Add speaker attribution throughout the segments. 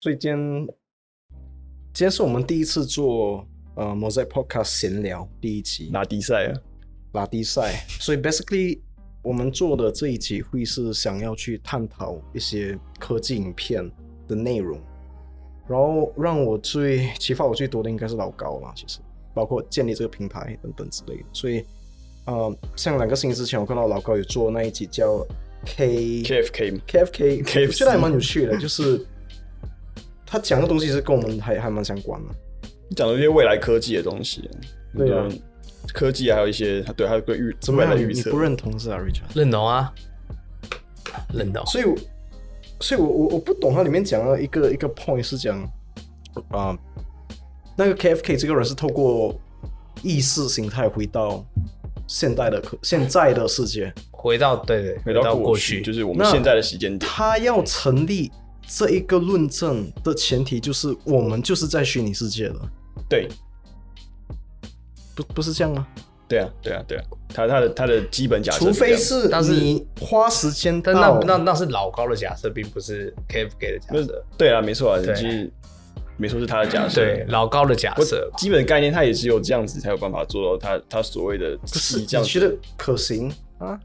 Speaker 1: 所以今天今天是我们第一次做呃 Mosaic Podcast 闲聊第一集
Speaker 2: 拉低赛啊，
Speaker 1: 拉低赛，所以 basically 我们做的这一集会是想要去探讨一些科技影片的内容，然后让我最启发我最多的应该是老高啦，其实包括建立这个平台等等之类的，所以呃，像两个星期之前我看到老高有做那一集叫 K
Speaker 2: KFK 嘛
Speaker 1: KFK，
Speaker 2: KFC
Speaker 1: 我觉得还蛮有趣的，就是他讲的东西是跟我们还还蛮相关的。
Speaker 2: 讲了一些未来科技的东西，
Speaker 1: 对啊
Speaker 2: 很多科技还有一些对，还有个预
Speaker 1: 怎么
Speaker 2: 未来
Speaker 1: 样？
Speaker 2: 预
Speaker 1: 你
Speaker 2: 测
Speaker 1: 不，认同是啊，Richard？
Speaker 3: 认同啊，认同。
Speaker 1: 所以我，所以我我我不懂它里面讲了一个一个 point 是讲啊、那个 KFK 这个人是透过意识形态回到现代的科现在的世界，
Speaker 3: 回到对对，
Speaker 2: 回
Speaker 3: 回
Speaker 2: 到
Speaker 3: 过
Speaker 2: 去
Speaker 3: 去，
Speaker 2: 就是是我们
Speaker 1: 那
Speaker 2: 现在的时间点，
Speaker 1: 他要成立这一个论证的前提就是我们就是在虚拟世界的，
Speaker 2: 对
Speaker 1: 不不是这样吗？
Speaker 2: 对啊对啊对啊，他他的他的基本假设这
Speaker 1: 除
Speaker 2: 样，
Speaker 1: 非啊是
Speaker 3: 但是
Speaker 1: 你花时间到
Speaker 3: 但那那那是老高的假设，并不是 KFK 的假
Speaker 2: 不是
Speaker 3: 设。
Speaker 2: 对啊，没错啊，
Speaker 3: 对
Speaker 2: 就是没错是他的假设，
Speaker 3: 对，老高的假
Speaker 2: 我
Speaker 3: 设嘛，
Speaker 2: 基本概念，他也只有这样子才有办法做到他他所谓的
Speaker 1: 可是
Speaker 2: 是
Speaker 1: 你
Speaker 2: 这样
Speaker 1: 觉得可行啊？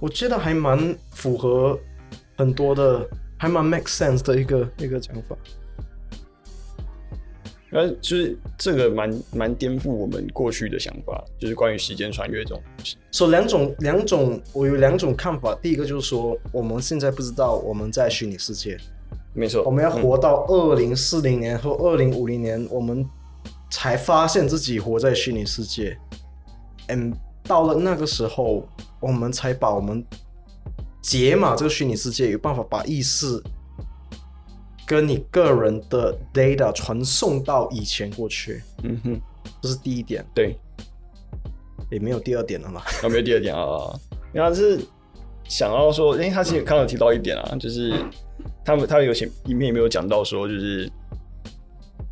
Speaker 1: 我觉得还蛮符合很多的，还蛮 make sense 的一个一个讲法。
Speaker 2: 然后就是这个蛮蛮颠覆我们过去的想法，就是关于时间穿越这种东西。
Speaker 1: 所、以两种两种，我有两种看法。第一个就是说，我们现在不知道我们在虚拟世界，
Speaker 2: 没错，嗯
Speaker 1: 我们要活到二零四零年或二零五零年，我们才发现自己活在虚拟世界。嗯，到了那个时候，我们才把我们解码这个虚拟世界，有办法把意识跟你个人的 data 传送到以前过去，
Speaker 2: 嗯哼，
Speaker 1: 这是第一点，
Speaker 2: 对。
Speaker 1: 也没有第二点 了嘛。
Speaker 2: 有没有第二点啊？然后是想要说，因为他其实刚刚有提到一点啊，就是他们他们有前里面有没有讲到说，就是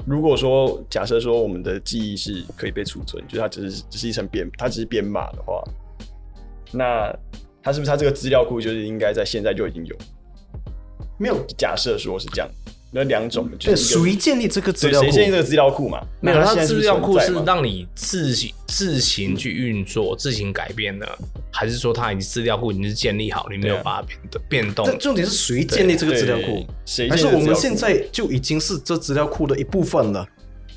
Speaker 2: 如果说假设说我们的记忆是可以被储存，就是它只是只是一层编，它只是编码的话，那它是不是它这个资料库就是应该在现在就已经有？
Speaker 1: 没有，
Speaker 2: 假设说是这样，那两种就
Speaker 1: 对，
Speaker 2: 是一
Speaker 1: 谁
Speaker 2: 个
Speaker 1: 建立这个资
Speaker 2: 对
Speaker 1: 料库
Speaker 2: 谁？建立这个资料库嘛？
Speaker 3: 没有，
Speaker 2: 那
Speaker 3: 它
Speaker 2: 现在
Speaker 3: 资
Speaker 2: 不
Speaker 3: 料库
Speaker 2: 存
Speaker 3: 是
Speaker 2: 在嘛
Speaker 3: 让你自行自行去运作、自行改变的，还是说它已经资料库已经是建立好，你没有
Speaker 2: 对啊
Speaker 3: 把它变得变动
Speaker 1: 但？重点是谁建立这个资料库
Speaker 2: 对？谁
Speaker 1: 还
Speaker 2: 建
Speaker 1: 是
Speaker 2: 立这个
Speaker 1: 我
Speaker 2: 资
Speaker 1: 们
Speaker 2: 料
Speaker 1: 现
Speaker 2: 库
Speaker 1: 在就已经是这资料库的一部分了？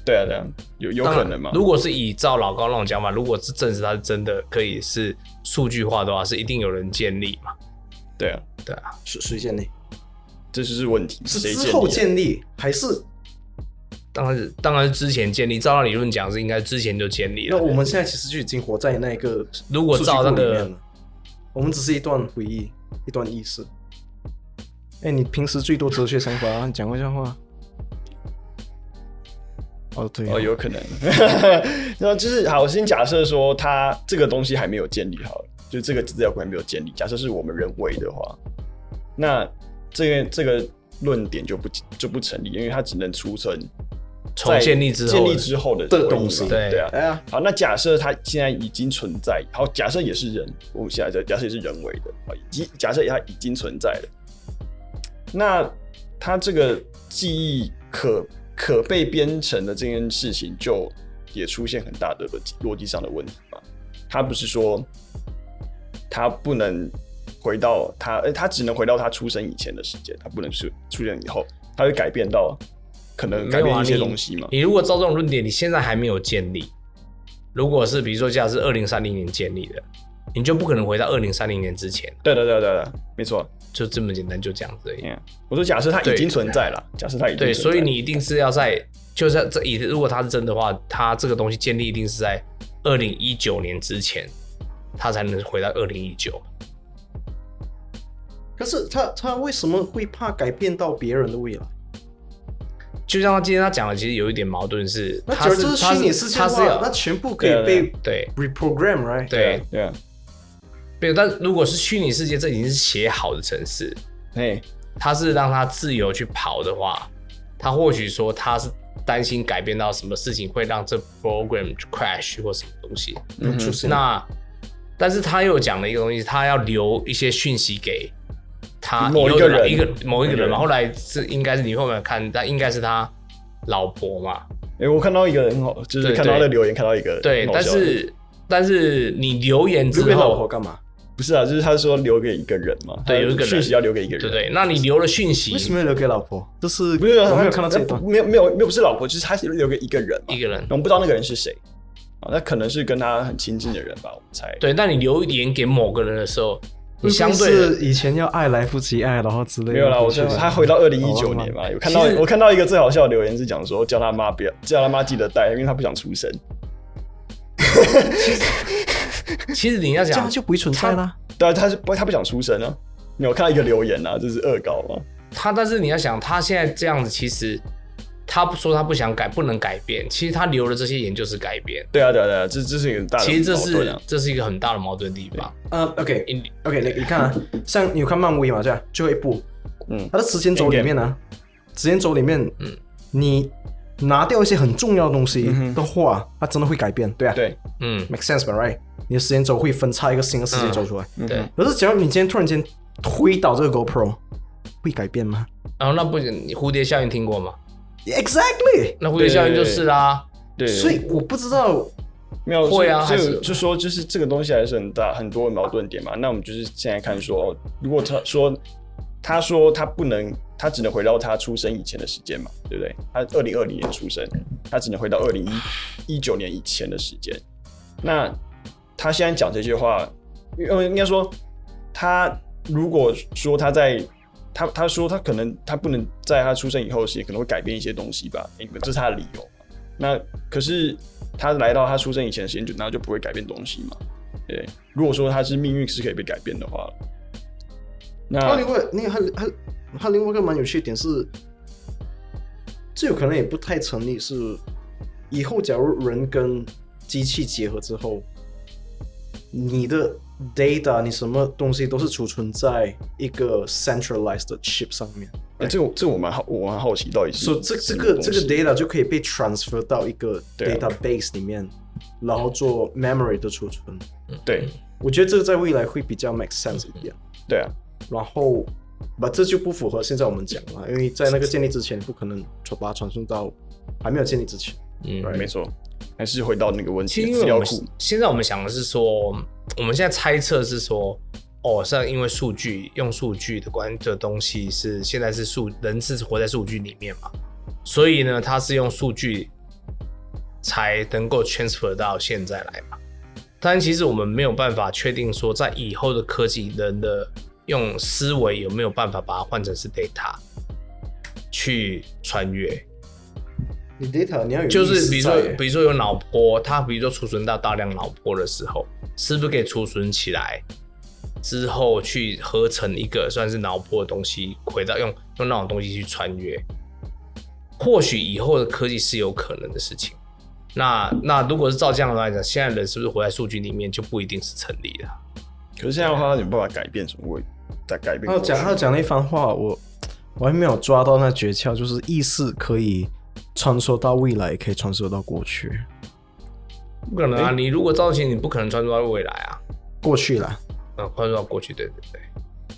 Speaker 2: 对啊对啊，有有
Speaker 3: 当
Speaker 2: 可
Speaker 3: 然
Speaker 2: 能嘛？
Speaker 3: 如果是以照老高那种讲法，如果是证实它是真的可以是数据化的话，是一定有人建立嘛？
Speaker 2: 对啊，
Speaker 3: 对啊，
Speaker 1: 谁谁建立？
Speaker 2: 这就是问题，
Speaker 1: 是
Speaker 2: 谁啊
Speaker 1: 之后建
Speaker 2: 建立的？
Speaker 1: 立还是？
Speaker 3: 当然是当然是之前建立，照那理论讲是应该之前就建立
Speaker 1: 那
Speaker 3: 了。
Speaker 1: 我们现在其实就已经活在那一个
Speaker 3: 如果照那
Speaker 1: 数据库里
Speaker 3: 个
Speaker 1: 面了，我们只是一段回忆，一段意识。哎，你平时最多哲学想法、啊，你讲过这样话？哦，对
Speaker 2: 哦，有可能。 然后就是好，我先假设说它这个东西还没有建立好了，就这个资料库还没有建立。假设是我们人为的话，那这个这个论点就不就不成立，因为它只能储存
Speaker 3: 从建立之后
Speaker 2: 建立之后的
Speaker 1: 的
Speaker 2: 回忆嘛
Speaker 1: 东西
Speaker 2: 对啊。
Speaker 1: 哎呀，
Speaker 2: 好，那假设它现在已经存在，好，假设也是人，我们现在假设也是人为的，好，已经假设它已经存在了，那它这个记忆可可被编程的这件事情，就也出现很大的逻辑逻辑上的问题嘛？它不是说它不能回到它，呃，它只能回到它出生以前的世界，它不能是出现以后，它会改变到可能
Speaker 3: 没
Speaker 2: 改
Speaker 3: 有
Speaker 2: 变
Speaker 3: 啊，
Speaker 2: 一些
Speaker 3: 你
Speaker 2: 东西嘛？
Speaker 3: 你如果照这种论点，你现在还没有建立，如果是比如说假设二零三零年建立的，你就不可能回到二零三零年之前，
Speaker 2: 对对对对对，没错。
Speaker 3: 就这么简单，就这样子而已。
Speaker 2: Yeah. 我说假设它已
Speaker 3: 对
Speaker 2: 经存在了，假设它已经
Speaker 3: 对，
Speaker 2: 存在
Speaker 3: 所以你一定是要在，就是这以如果它是真的话，它这个东西建立一定是在二零一九年之前，它才能回到二零一九。
Speaker 1: 可是他他为什么会怕改变到别人的未来？
Speaker 3: 就像他今天他讲的，其实有一点矛盾是，
Speaker 1: 那
Speaker 3: 他
Speaker 1: 假如这
Speaker 3: 是
Speaker 1: 是
Speaker 3: 他
Speaker 1: 虚
Speaker 3: 是
Speaker 1: 拟世界
Speaker 3: 他
Speaker 1: 的
Speaker 3: 是
Speaker 1: 话，那
Speaker 3: 要
Speaker 1: 全部可以
Speaker 2: 对啊对啊
Speaker 1: 被
Speaker 3: 对
Speaker 1: reprogram，right？
Speaker 3: 对
Speaker 2: 对啊，
Speaker 3: 对，但如果是虚拟世界，这已经是写好的城市，
Speaker 2: 哎，
Speaker 3: 他是让他自由去跑的话，他或许说他是担心改变到什么事情会让这 program crash 或什么东西。
Speaker 2: 嗯哼
Speaker 1: 出现
Speaker 3: 那但是他又讲了一个东西，他要留一些讯息给他
Speaker 2: 某
Speaker 3: 以后
Speaker 2: 一个
Speaker 3: 的
Speaker 2: 人
Speaker 3: 一个某
Speaker 2: 某
Speaker 3: 一个
Speaker 2: 一个
Speaker 3: 人嘛，
Speaker 2: 人
Speaker 3: 后来是应该是你后面有看，但应该是他老婆嘛，
Speaker 2: 哎、我看到一个很好，就是
Speaker 3: 对
Speaker 2: 看到
Speaker 3: 对
Speaker 2: 那留言，看到一个
Speaker 3: 对，
Speaker 2: 很好
Speaker 3: 但
Speaker 2: 笑的
Speaker 3: 是但是你留言
Speaker 1: 留
Speaker 3: 之
Speaker 1: 给老婆
Speaker 3: 后，
Speaker 1: 干嘛？
Speaker 2: 不是啊？就是他说留给一个人嘛，
Speaker 3: 对
Speaker 2: 他
Speaker 3: 有一个人
Speaker 2: 讯息要留给一个
Speaker 3: 对
Speaker 2: 人，
Speaker 3: 不对？那你留了讯息
Speaker 1: 为，什么要留给老婆？就是
Speaker 2: 不是啊
Speaker 1: 我
Speaker 2: 他
Speaker 1: 没有看到这一
Speaker 2: 他
Speaker 1: 段。
Speaker 2: 没有没有没有不是老婆，就是他留给一个人嘛
Speaker 3: 一，个人
Speaker 2: 我们不知道那个人是谁啊，那可能是跟他很亲近的人吧，我们猜。
Speaker 3: 对，那你留言给某个人的时候，你相对
Speaker 1: 会不
Speaker 3: 的
Speaker 1: 会是以前要爱来不及爱，然后之类的。
Speaker 2: 没有啦，我是他回到二零一九年
Speaker 1: 哦
Speaker 2: 嘛，有看到
Speaker 3: 其实
Speaker 2: 我看到一个最好笑的留言是讲说叫他妈不要叫他妈记得带，因为他不想出声。
Speaker 3: 其实你要
Speaker 1: 这样
Speaker 3: 讲，
Speaker 1: 就不会存在啦。
Speaker 2: 对啊，他是不他不想出声啊。你有看到一个留言啊，这是恶搞嘛？
Speaker 3: 他，但是你要想，他现在这样子，其实他说他不想改，不能改变，其实他留的这些言就是改变。
Speaker 2: 对啊对啊对啊，这这是一个大的
Speaker 3: 其实这
Speaker 2: 矛盾
Speaker 3: 是
Speaker 2: 啊
Speaker 3: 这是一个很大的矛盾地方。
Speaker 1: 嗯，OK
Speaker 3: 因
Speaker 1: OK，你你看啊，像你有看漫威嘛？这样最后一部，
Speaker 2: 嗯
Speaker 1: 它的时间轴里面呢，时间轴里面，
Speaker 3: 嗯
Speaker 1: 你拿掉一些很重要的东西
Speaker 2: 嗯哼
Speaker 1: 的话，它真的会改变，对啊，
Speaker 2: 对
Speaker 3: 嗯，
Speaker 1: ，make sense 吧，right？你的时间轴会分叉一个新的时间轴出来。
Speaker 2: 嗯
Speaker 3: 对
Speaker 2: 哼。
Speaker 1: 可是，假如你今天突然间推倒这个 GoPro，会改变吗
Speaker 3: 然后那不你蝴蝶效应听过吗？
Speaker 1: ？Exactly。
Speaker 3: 那蝴蝶效应就是啦，
Speaker 2: 对，
Speaker 1: 所以我不知道
Speaker 2: 没有
Speaker 3: 会啊
Speaker 2: 所以
Speaker 3: 还
Speaker 2: 所
Speaker 3: 是
Speaker 2: 以就说就是这个东西还是很大很多的矛盾点嘛。那我们就是现在看说，哦如果他说他说他不能，他只能回到他出生以前的时间嘛，对不对？他二零二零年出生，他只能回到二零一一九年以前的时间。那他现在讲这句话，因为应该说他如果说他在。他他说他可能他不能在他出生以后的时间可能会改变一些东西吧，因为这是他的理由。那可是他来到他出生以前的时间，就然后就不会改变东西嘛。对，如果说他是命运是可以被改变的话，
Speaker 1: 他
Speaker 2: 那
Speaker 1: 另外那个他他他另外一个蛮有趣的点是，这有可能也不太成立。是以后假如人跟机器结合之后，你的 data 你什么东西都是储存在一个 centralized 的 chip 上面，
Speaker 2: 欸这我这我蛮好，我蛮好奇到底是
Speaker 1: 所、以这这
Speaker 2: 什么
Speaker 1: 个
Speaker 2: 东
Speaker 1: 这
Speaker 2: 西
Speaker 1: 个 data 就可以被 transfer 到一个
Speaker 2: 对啊
Speaker 1: database 里面，然后做 memory 的储存。
Speaker 2: 对
Speaker 1: 我觉得这个在未来会比较 make sense 一点。
Speaker 2: 对啊，
Speaker 1: 然后把这就不符合现在我们讲了，因为在那个建立之前，不可能传把它传送到还没有建立之前。
Speaker 3: 嗯，
Speaker 2: 没错，还是回到那个问
Speaker 3: 其
Speaker 2: 题
Speaker 3: 实因
Speaker 2: 资
Speaker 3: 为
Speaker 2: 料
Speaker 3: 我们
Speaker 2: 库，
Speaker 3: 现在我们想的是说，我们现在猜测是说，哦，是因为数据用数据的关的东西是现在是数人是活在数据里面嘛，所以呢，它是用数据才能够 transfer 到现在来嘛。但其实我们没有办法确定说，在以后的科技人的用思维有没有办法把它换成是 data 去穿越。
Speaker 1: 你 data 你要有
Speaker 3: 就是比如说，比
Speaker 1: 如
Speaker 3: 如说有脑波，它比如说储存到大量脑波的时候，是不是可以储存起来之后去合成一个算是脑波的东西，回到用用那种东西去穿越？或许以后的科技是有可能的事情。那那如果是照这样来讲，现在人是不是活在数据里面就不一定是成立的？
Speaker 2: 可是现在的话，他有办法改变什么位？在改变
Speaker 1: 他有
Speaker 2: 过去？
Speaker 1: 讲他有讲了一番话，我我还没有抓到那诀窍，就是意识可以穿梭到未来，也可以穿梭到过去，
Speaker 3: 不可能啊！你如果照起，你不可能穿梭到未来啊，
Speaker 1: 过去啦，
Speaker 3: 嗯，穿梭到过去，对对对。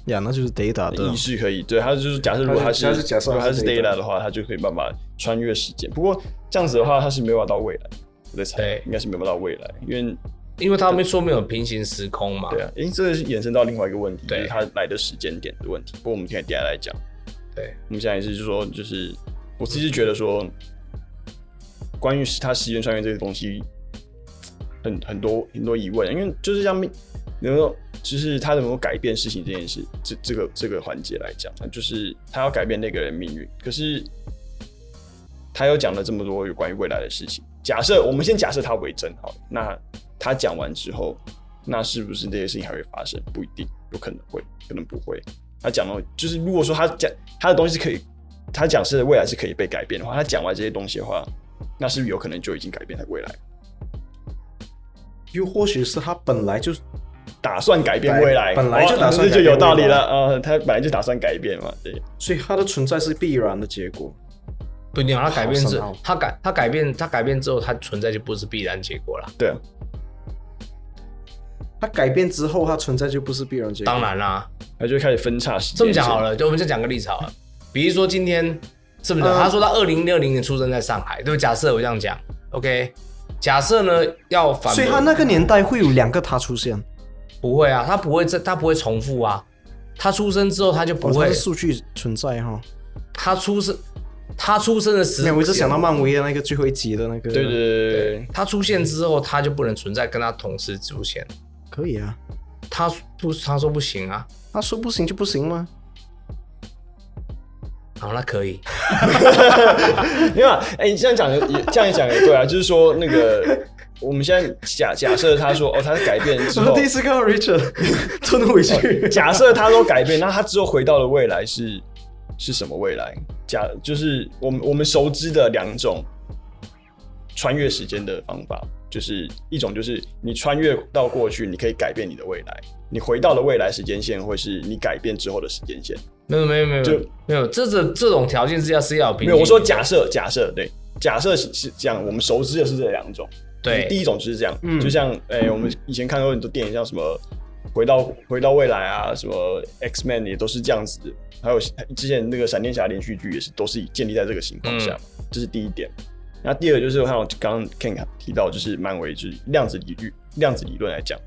Speaker 1: 呀，那就是 data 的
Speaker 2: 意。识可以，对，他就是假设如果他
Speaker 1: 啊他是
Speaker 2: 是
Speaker 1: 他是假设
Speaker 2: 如果他
Speaker 1: 他
Speaker 2: 是
Speaker 1: 是 data
Speaker 2: data 的话，他就可以办法穿越时间。不过这样子的话，他是没有办法到未来，我在猜
Speaker 3: 对，
Speaker 2: 应该是没有办法到未来，因为
Speaker 3: 因为他们说没有平行时空嘛，
Speaker 2: 对啊，因为这是衍生到另外一个问题，就
Speaker 3: 对
Speaker 2: 是他来的时间点的问题。不过我们可以等一下来讲。
Speaker 3: 对
Speaker 2: 我们现在是说，就是我其实觉得说，关于他时间穿越这个东西，很很多很多疑问，啊因为就是像命能够，就是他能够改变事情这件事，这这个这个环节来讲，就是他要改变那个人命运，可是他又讲了这么多有关于未来的事情。假设我们先假设他为真好了，那他讲完之后，那是不是这些事情还会发生？不一定，有可能会，可能不会。他讲了，就是如果说他讲他的东西是可以，他讲是未来是可以被改变的话，他讲完这些东西的话，那是不是有可能就已经改变了未来，
Speaker 1: 又或许是他本来就
Speaker 2: 打算改变未来，
Speaker 1: 本来就
Speaker 2: 哦
Speaker 1: 打算
Speaker 2: 那
Speaker 1: 改
Speaker 2: 就
Speaker 1: 变
Speaker 2: 有道理
Speaker 1: 未来
Speaker 2: 了啊、呃他本来就打算改变嘛，对，
Speaker 1: 所以它的存在是必然的结果。
Speaker 3: 不一定啊，它改变
Speaker 1: 好
Speaker 3: 之
Speaker 1: 深奥
Speaker 3: 它改它
Speaker 2: 啊
Speaker 3: 改变它改变之后，它存在就不是必然结果了。
Speaker 2: 对啊，
Speaker 1: 它改变之后，它存在就不是必然结果。
Speaker 3: 当，然啦、
Speaker 2: 他就开始分叉时间
Speaker 3: 这么讲
Speaker 2: 线
Speaker 3: 好，了，就我们先讲个例子好了，比如说今天这么讲，
Speaker 1: 嗯
Speaker 3: 啊他说他二零六零年出生在上海，对不对？假设我这样讲，OK，假设呢要反
Speaker 1: 所
Speaker 3: 驳
Speaker 1: 以它那个年代会有两个它出现，
Speaker 3: 不会啊，他不会这他不会重复啊，他出生之后他就不
Speaker 1: 哦，它
Speaker 3: 会，
Speaker 1: 是数据存在哈。
Speaker 3: 他出生他出生的时
Speaker 1: 没
Speaker 3: 间，
Speaker 1: 有，我一直想到漫威的那个最后一集的那个。
Speaker 2: 对对，对对对，
Speaker 3: 他出现之后他就不能存在跟他同时出现，
Speaker 1: 可以啊。
Speaker 3: 他不他说不行啊，
Speaker 1: 他说不行就不行吗？
Speaker 3: 好那可以，
Speaker 2: 没有啊，哎、你这样讲也这样讲也对啊，就是说那个我们现在假假设他说哦，他改变之
Speaker 1: 我
Speaker 2: 后
Speaker 1: 第，一次看到 Richard 吞回 去。
Speaker 2: 假设他都改变，那他之后回到了未来是是什么未来？假就是我们我们熟知的两种穿越时间的方法，就是一种就是你穿越到过去，你可以改变你的未来。你回到了未来时间线，会是你改变之后的时间线。
Speaker 3: 没有没有没有
Speaker 2: 就
Speaker 3: 没有，这这这种条件之下是要有
Speaker 2: 没有，我说假设，假设对，假设是是这样，我们熟知的是这两种。
Speaker 3: 对
Speaker 2: 第一种就是这样，
Speaker 1: 嗯
Speaker 2: 就像哎、我们以前看过很多电影，像什么《回到回到未来》啊，什么 X Men 也都是这样子的，还有之前那个闪电侠连续剧也是都是建立在这个情况下，这是第一点。那第二个就是我看我刚刚 Ken 提到，就是漫威就是量子理律量子理论来讲，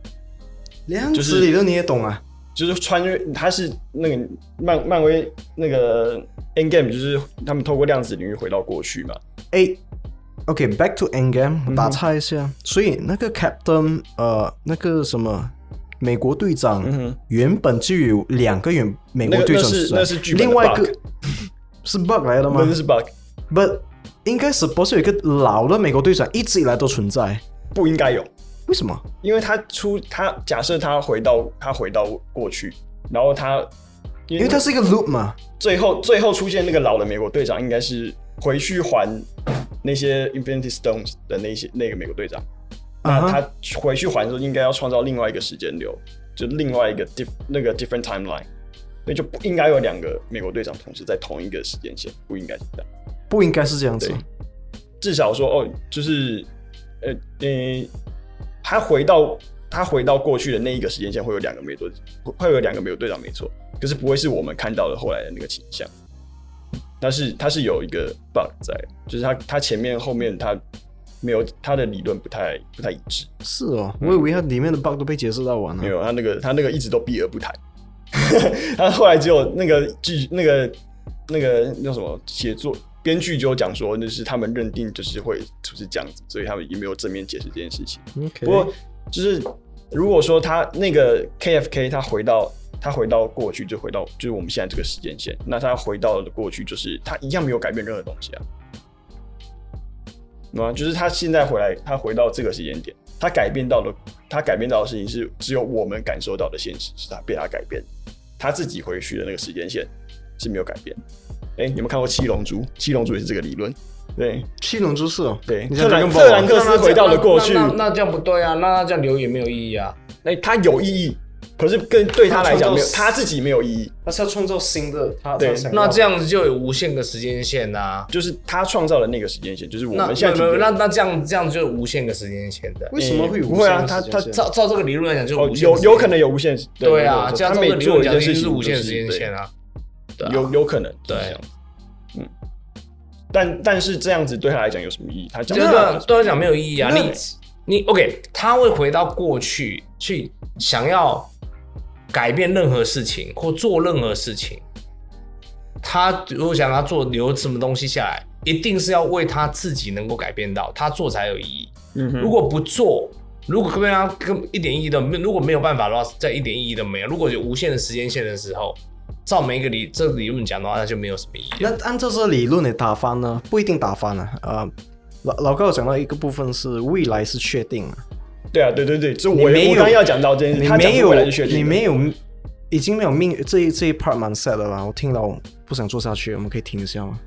Speaker 1: 量
Speaker 2: 就
Speaker 1: 子
Speaker 2: 是
Speaker 1: 理论你也懂啊？
Speaker 2: 就是穿越，它是那个漫漫威那个 Endgame，就是他们透过量子领域回到过去嘛。
Speaker 1: 哎，OK，back、to Endgame，我
Speaker 2: 嗯哼
Speaker 1: 打岔一下。所以那个 Captain，呃，那个什么，美国队长、
Speaker 2: 嗯哼
Speaker 1: 原本就有两个原美国队长
Speaker 2: 那个那是
Speaker 1: 存在
Speaker 2: 那是剧本的
Speaker 1: 另外一
Speaker 2: bug
Speaker 1: 个 是 bug 来的吗
Speaker 2: 那就是 bug，
Speaker 1: ？But 应该是不是有一个老的美国队长一直以来都存在？
Speaker 2: 不应该有，
Speaker 1: 为什么？
Speaker 2: 因为他出他假设他回到他回到过去，然后他因
Speaker 1: 因为它是一个 loop 嘛。
Speaker 2: 最后最后出现那个老的美国队长，应该是回去还那些 Infinity Stones 的那些那个美国队长。
Speaker 1: 啊
Speaker 2: 那
Speaker 1: 哈
Speaker 2: 他回去还的时候，应该要创造另外一个时间流，就另外一个 diff 那个 different timeline，所以就不应该有两个美国队长同时在同一个时间线，不应该是这样。
Speaker 1: 不应该是这样子
Speaker 2: 对。至少说哦，就是呃呃，他回到他回到过去的那一个时间线，会有两个美国会会有两个美国队长，没错，可是不会是我们看到的后来的那个倾向。但是它是有一个 bug 在，就是它它前面后面它没有它的理论不太不太一致，
Speaker 1: 是哦，我以为它里面的 bug 都被解释到完了
Speaker 2: 嗯没。有它啊那个它那个一直都避而不谈， 他后来只有那个剧那个那个叫什么写作编剧就有讲说，那是他们认定就是会就是这样子，所以他们也没有正面解释这件事情。
Speaker 1: OK，
Speaker 2: 不过就是如果说他那个 KFK 他回到他回到过去就回到就是我们现在这个时间线，那他回到了过去就是他一样没有改变任何东西啊。那就是他现在回来，他回到这个时间点，他改变到的，他改变到的事情是只有我们感受到的现实，是他被他改变，他自己回去的那个时间线是没有改变。哎、你有没有看过《七龙珠》？《七龙珠》也是这个理论，对
Speaker 1: 七龙珠是哦，
Speaker 2: 对。
Speaker 1: 你想
Speaker 2: 特兰
Speaker 1: 跟
Speaker 2: 特兰
Speaker 1: 我
Speaker 2: 克斯回到了过去，
Speaker 3: 那那那那那这样不对啊，那那这样留也没有意义啊。
Speaker 2: 那它有意义，可是跟对他来讲没有，他自己没有意义，
Speaker 1: 他是要创造新的，他
Speaker 2: 对啊
Speaker 3: 那这
Speaker 1: 样
Speaker 3: 样子就有无限个时间线呐、啊。
Speaker 2: 就是他创造了那个时间线，就是我
Speaker 3: 那
Speaker 2: 们现在
Speaker 3: 没有没有
Speaker 2: 提
Speaker 3: 那那这样这样就有无限个时间线的。
Speaker 1: 为什么会有
Speaker 2: 不会啊
Speaker 1: 无限的时间线
Speaker 2: 他
Speaker 3: 照照这个理论来讲，就是
Speaker 2: 哦
Speaker 3: 无限
Speaker 2: 有
Speaker 3: 个时间线
Speaker 2: 有可能有无限，
Speaker 3: 对啊，这样
Speaker 2: 他
Speaker 3: 照
Speaker 2: 每
Speaker 3: 这个理
Speaker 2: 做
Speaker 3: 论
Speaker 2: 一
Speaker 3: 讲
Speaker 2: 件
Speaker 3: 一定
Speaker 2: 事情
Speaker 3: 是
Speaker 2: 就
Speaker 3: 无限
Speaker 2: 是
Speaker 3: 时间线啊。对
Speaker 2: 对
Speaker 3: 啊，
Speaker 2: 有有可能就是
Speaker 3: 对
Speaker 2: 这样子，嗯，但但是这样子对他来讲有什么意义？他讲
Speaker 3: 这个对他讲没有意义啊。
Speaker 1: 那
Speaker 3: 你你 OK，他会回到过去去想要改变任何事情或做任何事情。他如果想要做留什么东西下来，一定是要为他自己能够改变到，他做才有意义。
Speaker 2: 嗯哼
Speaker 3: 如果不做，如果跟他跟一点意义都没，如果没有办法的话，再一点意义都没有。如果有无限的时间线的时候，照每一个理这个理论讲的话，那就没有什么意义。
Speaker 1: 那按照这理论来打翻呢，不一定打翻了啊。呃老老高有讲到一个部分是未来是确定的，
Speaker 2: 对啊，对对对，这我
Speaker 1: 你没有
Speaker 2: 我刚要讲到这件事，
Speaker 1: 你
Speaker 2: 他讲
Speaker 1: 没
Speaker 2: 的
Speaker 1: 有
Speaker 2: 未来是确定的，
Speaker 1: 你没有已经没有命这一这一 part 蛮 sad 的了，我听了我不想做下去，我们可以停一下吗？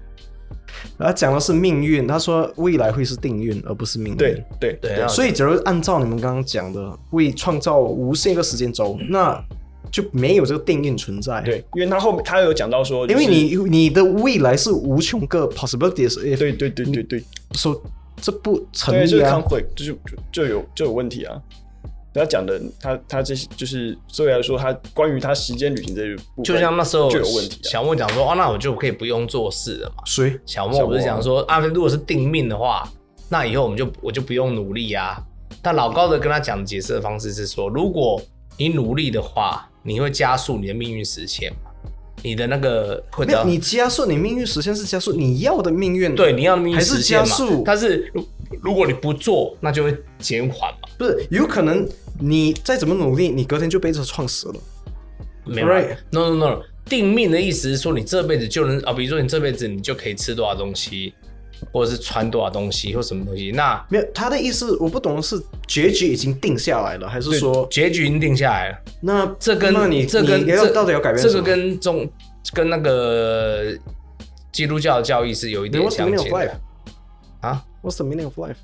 Speaker 1: 他讲的是命运，他说未来会是定运，而不是命运。
Speaker 2: 对对
Speaker 3: 对啊，
Speaker 1: 所以，假如按照你们刚刚讲的，为创造无限个时间轴，
Speaker 3: 嗯
Speaker 1: 那就没有这个定运存在。，
Speaker 2: 对，因为他后面他有讲到说，
Speaker 1: 因为
Speaker 2: 就是
Speaker 1: 你你的未来是无穷个 possibilities，
Speaker 2: 对对对对对，
Speaker 1: 说这不成
Speaker 2: 对，就
Speaker 1: 立
Speaker 2: 是
Speaker 1: 啊。
Speaker 2: conflict，就是就就有就有问题啊。他讲的，他他这些就是所以来说，他关于他时间旅行这一部分，
Speaker 3: 就像那时候
Speaker 2: 就有问题、啊。
Speaker 3: 小莫讲说，哦，那我就可以不用做事了嘛。
Speaker 1: 谁？
Speaker 3: 小莫不是讲说，啊，如果是定命的话，那以后我们就我就不用努力啊。但老高的跟他讲解释的方式是说，如果你努力的话，你会加速你的命运实现嘛？你的那个会
Speaker 1: 没有，你加速你命运实现是加速你要的命运，
Speaker 3: 啊对，你要命运
Speaker 1: 还是
Speaker 3: 实现
Speaker 1: 加
Speaker 3: 嘛
Speaker 1: 速？
Speaker 3: 但是如如果你不做，那就会减缓嘛。
Speaker 1: 不是有可能你再怎么努力，你隔天就被车撞死了。
Speaker 3: 没有
Speaker 1: Right.
Speaker 3: ，no no no，定命的意思是说你这辈子就能啊，比如说你这辈子你就可以吃多少东西，或者是穿多少东西或什么东西，那
Speaker 1: 没有，他的意思我不懂是结局已经定下来了，还是说
Speaker 3: 结局已经定下来了。
Speaker 1: 那
Speaker 3: 这跟
Speaker 1: 那你
Speaker 3: 这跟
Speaker 1: 你要
Speaker 3: 这
Speaker 1: 到底要改变
Speaker 3: 这
Speaker 1: 什
Speaker 3: 个
Speaker 1: 么
Speaker 3: 跟中跟那个基督教的教义是有一
Speaker 1: Then
Speaker 3: 点
Speaker 1: what's the
Speaker 3: 相
Speaker 1: meaning of
Speaker 3: 近
Speaker 1: life?
Speaker 3: 的啊。
Speaker 1: What's the meaning of life？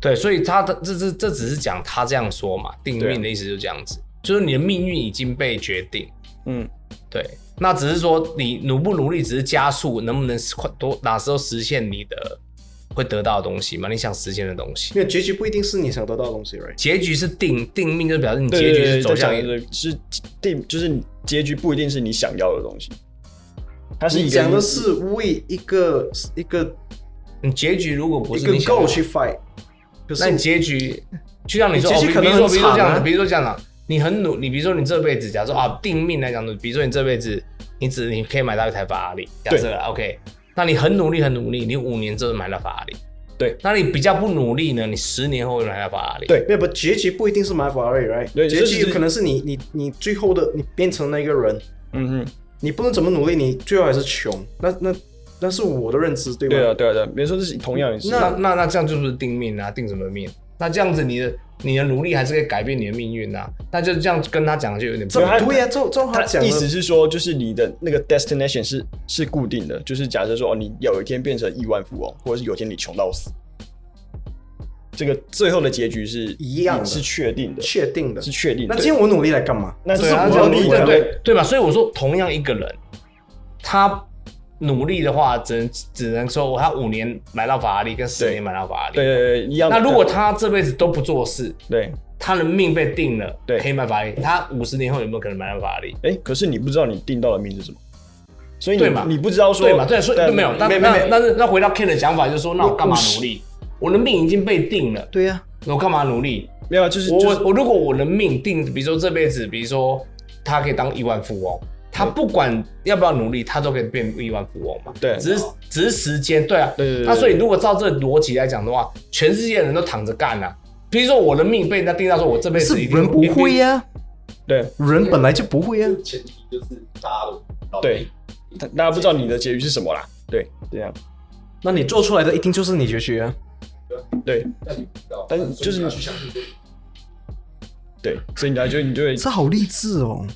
Speaker 3: 对，所以他的这这这只是讲他这样说嘛，定
Speaker 2: 对啊
Speaker 3: 命的意思就这样子，就是你的命运已经被决定。
Speaker 2: 嗯，
Speaker 3: 对，那只是说你努不努力，只是加速能不能快多哪时候实现你的会得到的东西嘛？你想实现的东西，
Speaker 1: 没有结局不一定是你想得到的东西，right？
Speaker 3: 结局是定定命，就表示你
Speaker 2: 对
Speaker 3: 结局
Speaker 2: 对对
Speaker 3: 是走向
Speaker 2: 在讲的是定，就是你结局不一定是你想要的东西，它是一
Speaker 1: 你
Speaker 2: 个
Speaker 1: 讲的是为一个一个
Speaker 3: 你结局如果不
Speaker 1: 一
Speaker 3: 是
Speaker 1: 个
Speaker 3: 你想要
Speaker 1: goal 去 fight，可
Speaker 3: 那
Speaker 1: 是
Speaker 3: 你结局就像你说，
Speaker 1: 你
Speaker 3: 哦
Speaker 1: 结
Speaker 3: 比
Speaker 1: 局可
Speaker 3: 比
Speaker 1: 能
Speaker 3: 如说，
Speaker 1: 很
Speaker 3: 比如说这样
Speaker 1: 惨
Speaker 3: 子，
Speaker 1: 啊
Speaker 3: 比如说这样子啊，你很努，你比如说你这辈子，假设啊，定命来讲的，比如说你这辈子，你只你可以买到一台法拉利，假设啦 OK，那你很努力很努力，你五年之后就买到法拉利，
Speaker 2: 对，
Speaker 3: 那你比较不努力呢，你十年后就买到法拉利，
Speaker 2: 对
Speaker 1: 没有不结局不一定是买法拉利，right？
Speaker 2: 对
Speaker 1: 结
Speaker 2: 这是
Speaker 1: 局有可能是你你你最后的你变成那个人，
Speaker 2: 嗯哼。
Speaker 1: 你不能怎么努力，你最后还是穷。那那那是我的认知，对吗？
Speaker 2: 对啊，对啊，对啊，别说这是同样也是。
Speaker 3: 那那那这样就是定命啊，定什么命？那这样子你的你的努力还是可以改变你的命运啊，那就这样跟他讲就有点不
Speaker 1: 这
Speaker 3: 一
Speaker 2: 没有他
Speaker 3: 样。
Speaker 1: 对呀、啊，照照
Speaker 2: 他
Speaker 1: 他讲
Speaker 2: 意思
Speaker 1: 的，
Speaker 2: 是说，就是你的那个 destination 是是固定的，就是假设说，哦，你有一天变成亿万富翁，或者是有一天你穷到死，这个最后的结局是
Speaker 1: 一样的
Speaker 2: 是确定的，
Speaker 1: 确定的
Speaker 2: 是。确定的。
Speaker 1: 那今天我努力来干嘛？
Speaker 2: 那
Speaker 1: 这
Speaker 2: 对
Speaker 1: 是
Speaker 2: 啊
Speaker 1: 我
Speaker 2: 这
Speaker 1: 要
Speaker 2: 样
Speaker 1: 努力
Speaker 2: 理
Speaker 1: 来
Speaker 2: 解
Speaker 1: 干嘛
Speaker 3: 对对对吧？所以我说，同样一个人，他努力的话，只能只能说他五年买到法拉利，跟十
Speaker 2: 对
Speaker 3: 年买到法拉利。
Speaker 2: 对对对，一样的。
Speaker 3: 那如果他这辈子都不做事，
Speaker 2: 对，
Speaker 3: 他的命被定了，
Speaker 2: 对
Speaker 3: 可以买法拉利。他五十年后有没有可能买到法拉利？
Speaker 2: 哎、可是你不知道你定到的命是什么，所以你
Speaker 3: 对嘛
Speaker 2: 你不知道说
Speaker 3: 对嘛？对，所以没有。那
Speaker 1: 没没
Speaker 3: 那
Speaker 1: 没
Speaker 3: 那是那回到 Ken 的想法，就是说，那我干嘛
Speaker 1: 我是
Speaker 3: 努力？我的命已经被定了，
Speaker 1: 对啊呀、
Speaker 3: 我干嘛努力？
Speaker 2: 没有啊，就是
Speaker 3: 我
Speaker 2: 就是
Speaker 3: 我我如果我的命定，比如说这辈子，比如说他可以当亿万富翁，他不管要不要努力，他都可以变亿万富翁嘛。
Speaker 2: 对
Speaker 3: 只是只是时间，对啊。
Speaker 2: 对对对
Speaker 3: 那所以如果照这个逻辑来讲的话，全世界人都躺着干啊。比如说我的命被人家定到说，我这辈
Speaker 1: 是
Speaker 3: 子一定
Speaker 1: 人不
Speaker 2: 啊
Speaker 1: 会、呀、
Speaker 2: 对
Speaker 1: 人本来就不会呀、
Speaker 4: 前提就是大家都老
Speaker 2: 对，大大家不知道你的结局是什么啦。对，啊这样
Speaker 1: 那你做出来的一定就是你结局啊。
Speaker 2: 对
Speaker 4: 但你不知道，
Speaker 2: 但是就是
Speaker 4: 所以你要去相信这个
Speaker 2: 对，所以你就你就会
Speaker 1: 这好励志哦！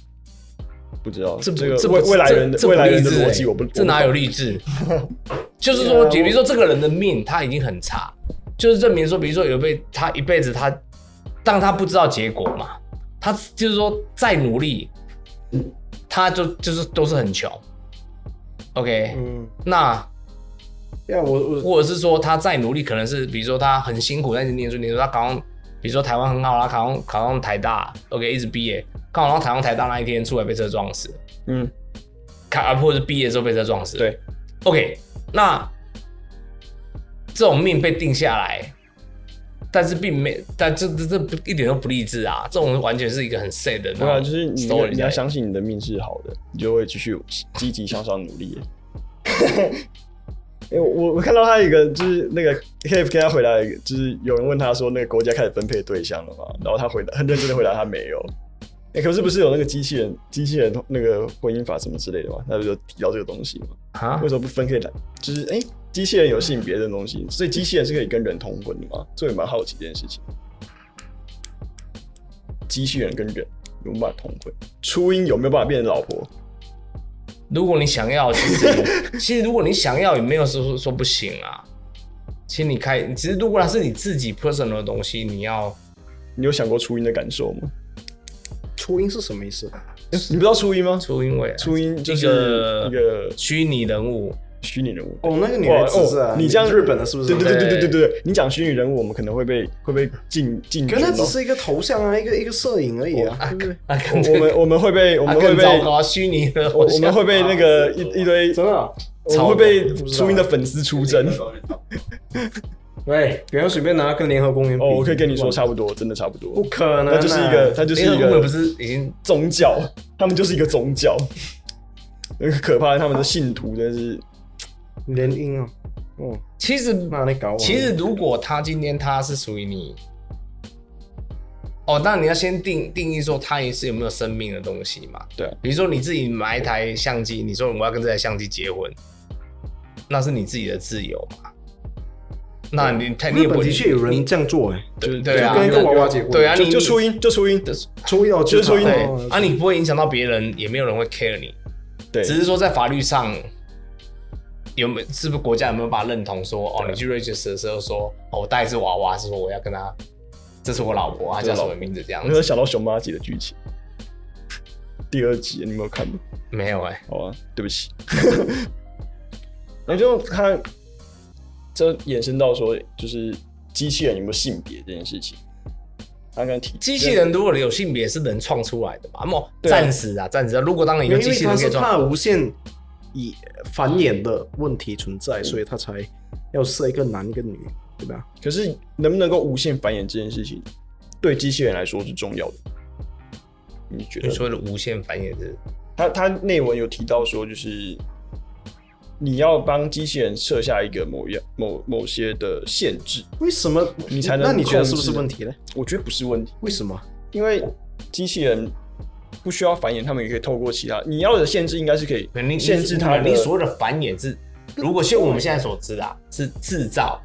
Speaker 2: 不知道
Speaker 3: 这
Speaker 2: 个
Speaker 3: 这不
Speaker 2: 未未来人
Speaker 3: 这
Speaker 2: 的
Speaker 3: 这不
Speaker 2: 未来人
Speaker 3: 励
Speaker 2: 的
Speaker 3: 志
Speaker 2: 逻
Speaker 3: 欸
Speaker 2: 辑，我不啊
Speaker 3: 这哪有励 志？就是说，比如说这个人的命他已经很差，就是证明说，比如说有被他一辈子他，当他不知道结果嘛，他就是说再努力，他就就是都是很穷。OK，、
Speaker 1: 嗯，
Speaker 3: 那
Speaker 2: 啊
Speaker 1: 呀，我我
Speaker 3: 或者是说他再努力，可能是比如说他很辛苦，但是念书念书，他考上，比如说台湾很好啦，考上考上台大，OK，一直毕业，考上台湾台大那一天出来被车撞死，
Speaker 2: 嗯，
Speaker 3: 看啊，或者是毕业之后被车撞死，
Speaker 2: 对。
Speaker 3: OK，那这种命被定下来，但是并没，但这这这一点都不励志啊！这种完全是一个很 sad 的那种 story 在。
Speaker 2: 对啊，就是你要你要相信你的命是好的，你就会继续积极向上努力。哎、我我看到他一个就是那个 k f 跟他回答一个，就是有人问他说那个国家开始分配对象了嘛，然后他回答很认真的回答他没有。哎、可是不是有那个机器人机器人那个婚姻法什么之类的嘛？他不就提到这个东西嘛？
Speaker 3: 啊
Speaker 2: 为，什么不分开来？就是哎，机、器人有性别的东西，所以机器人是可以跟人通婚的嘛？这我也蛮好奇这件事情。机器人跟人有没有办法通婚？初音有没有办法变成老婆？
Speaker 3: 如果你想要，其实 其实如果你想要，也没有说说不行啊。其实你开，其实如果它是你自己 personal 的东西，你要
Speaker 2: 你有想过初音的感受吗？
Speaker 1: 初音是什么意思？
Speaker 2: 你不知道初音吗？
Speaker 3: 初音为
Speaker 2: 初音就是
Speaker 3: 一个
Speaker 2: 一个
Speaker 3: 虚拟人物，
Speaker 2: 虚拟人物。
Speaker 1: 哦，那个女
Speaker 2: 哇
Speaker 1: 孩子是啊
Speaker 2: 哦，，你这样
Speaker 1: 日本的是不是？哎
Speaker 2: 对对对对对
Speaker 3: 对
Speaker 2: 对对，你讲虚拟人物，我们可能会被会被禁禁
Speaker 1: 可
Speaker 2: 军
Speaker 1: 是那
Speaker 2: 哦。
Speaker 1: 只是一个头像啊，一个一个摄影而已啊，对不对？
Speaker 3: 啊，更
Speaker 2: 我我们我们会被我
Speaker 3: 啊
Speaker 2: 们会
Speaker 3: 更
Speaker 2: 被
Speaker 3: 糟糕，虚拟的
Speaker 2: 我
Speaker 3: 偶像
Speaker 2: 我们会被那个一一堆
Speaker 1: 真的啊，
Speaker 2: 我们会被初音的粉丝出征。
Speaker 1: 喂，不要随便拿跟联合公园比
Speaker 2: 哦，我可以跟你说，差不多，真的差不多
Speaker 1: 不。可能啊，
Speaker 2: 它就是一个，它就是一
Speaker 3: 因为
Speaker 2: 个
Speaker 3: 我不是已经
Speaker 2: 宗教，他们就是一个宗教。 那个可怕的，他们的信徒真的是
Speaker 1: 联姻啊，哦，
Speaker 3: 其实
Speaker 1: 那你搞我，啊
Speaker 3: 其实如果他今天他是属于你，哦，那你要先定定义说他也是有没有生命的东西嘛？
Speaker 2: 对啊
Speaker 3: 比如说你自己买一台相机，你说我要跟这台相机结婚，那是你自己的自由嘛？那你太你
Speaker 1: 日
Speaker 3: 也不
Speaker 1: 本的确有人这样做哎，
Speaker 2: 就是
Speaker 3: 对啊
Speaker 1: 就跟一个娃娃结婚，
Speaker 3: 对啊，
Speaker 2: 就
Speaker 3: 你
Speaker 2: 就初音，就初音，
Speaker 1: 初一到
Speaker 2: 就是初一
Speaker 3: 对
Speaker 1: 哦
Speaker 3: 啊，你不会影响到别人，也没有人会 care 你，
Speaker 2: 对，
Speaker 3: 只是说在法律上有没有是不是国家有没有把它认同说哦，
Speaker 2: 对啊
Speaker 3: 你去 register 的时候说哦，我带一只娃娃，是说我要跟他，这是我老婆，她
Speaker 2: 这
Speaker 3: 叫
Speaker 2: 是
Speaker 3: 什
Speaker 2: 老婆嗯
Speaker 3: 么名字这样
Speaker 2: 我有
Speaker 3: 子？
Speaker 2: 想到熊妈姐的剧情，第二集你有没有看过？
Speaker 3: 没有哎、
Speaker 2: 好啊，对不起。 那就看，这衍生到说，就是机器人有没有性别这件事情。他刚刚提
Speaker 3: 机器人如果有性别是能创出来的嘛？那么
Speaker 2: 对啊
Speaker 3: 暂时啊，暂时啊。如果当然
Speaker 1: 因
Speaker 3: 有
Speaker 1: 为
Speaker 3: 机器
Speaker 1: 它
Speaker 3: 人可
Speaker 1: 是
Speaker 3: 以
Speaker 1: 怕
Speaker 3: 创，
Speaker 1: 无限以繁衍的问题存
Speaker 2: 嗯
Speaker 1: 在，所以他才要设一个男一个女，对吧？
Speaker 2: 可是能不能够无限繁衍这件事情，对机器人来说是重要的。你觉
Speaker 3: 你
Speaker 2: 得？
Speaker 3: 说的无限繁衍是
Speaker 2: 他他内文有提到说，就是你要帮机器人设下一个某样某某些的限制，
Speaker 1: 为什么
Speaker 2: 你才能
Speaker 1: 那你觉得是不
Speaker 2: 控制
Speaker 1: 是问题呢？
Speaker 2: 我觉得不是问题。
Speaker 1: 为什么？
Speaker 2: 因为机器人不需要繁衍，他们也可以透过其他你要的限制，应该是可以
Speaker 3: 肯定
Speaker 2: 限制它的。
Speaker 3: 你所谓的繁衍是，如果像我们现在所知啊，是制造，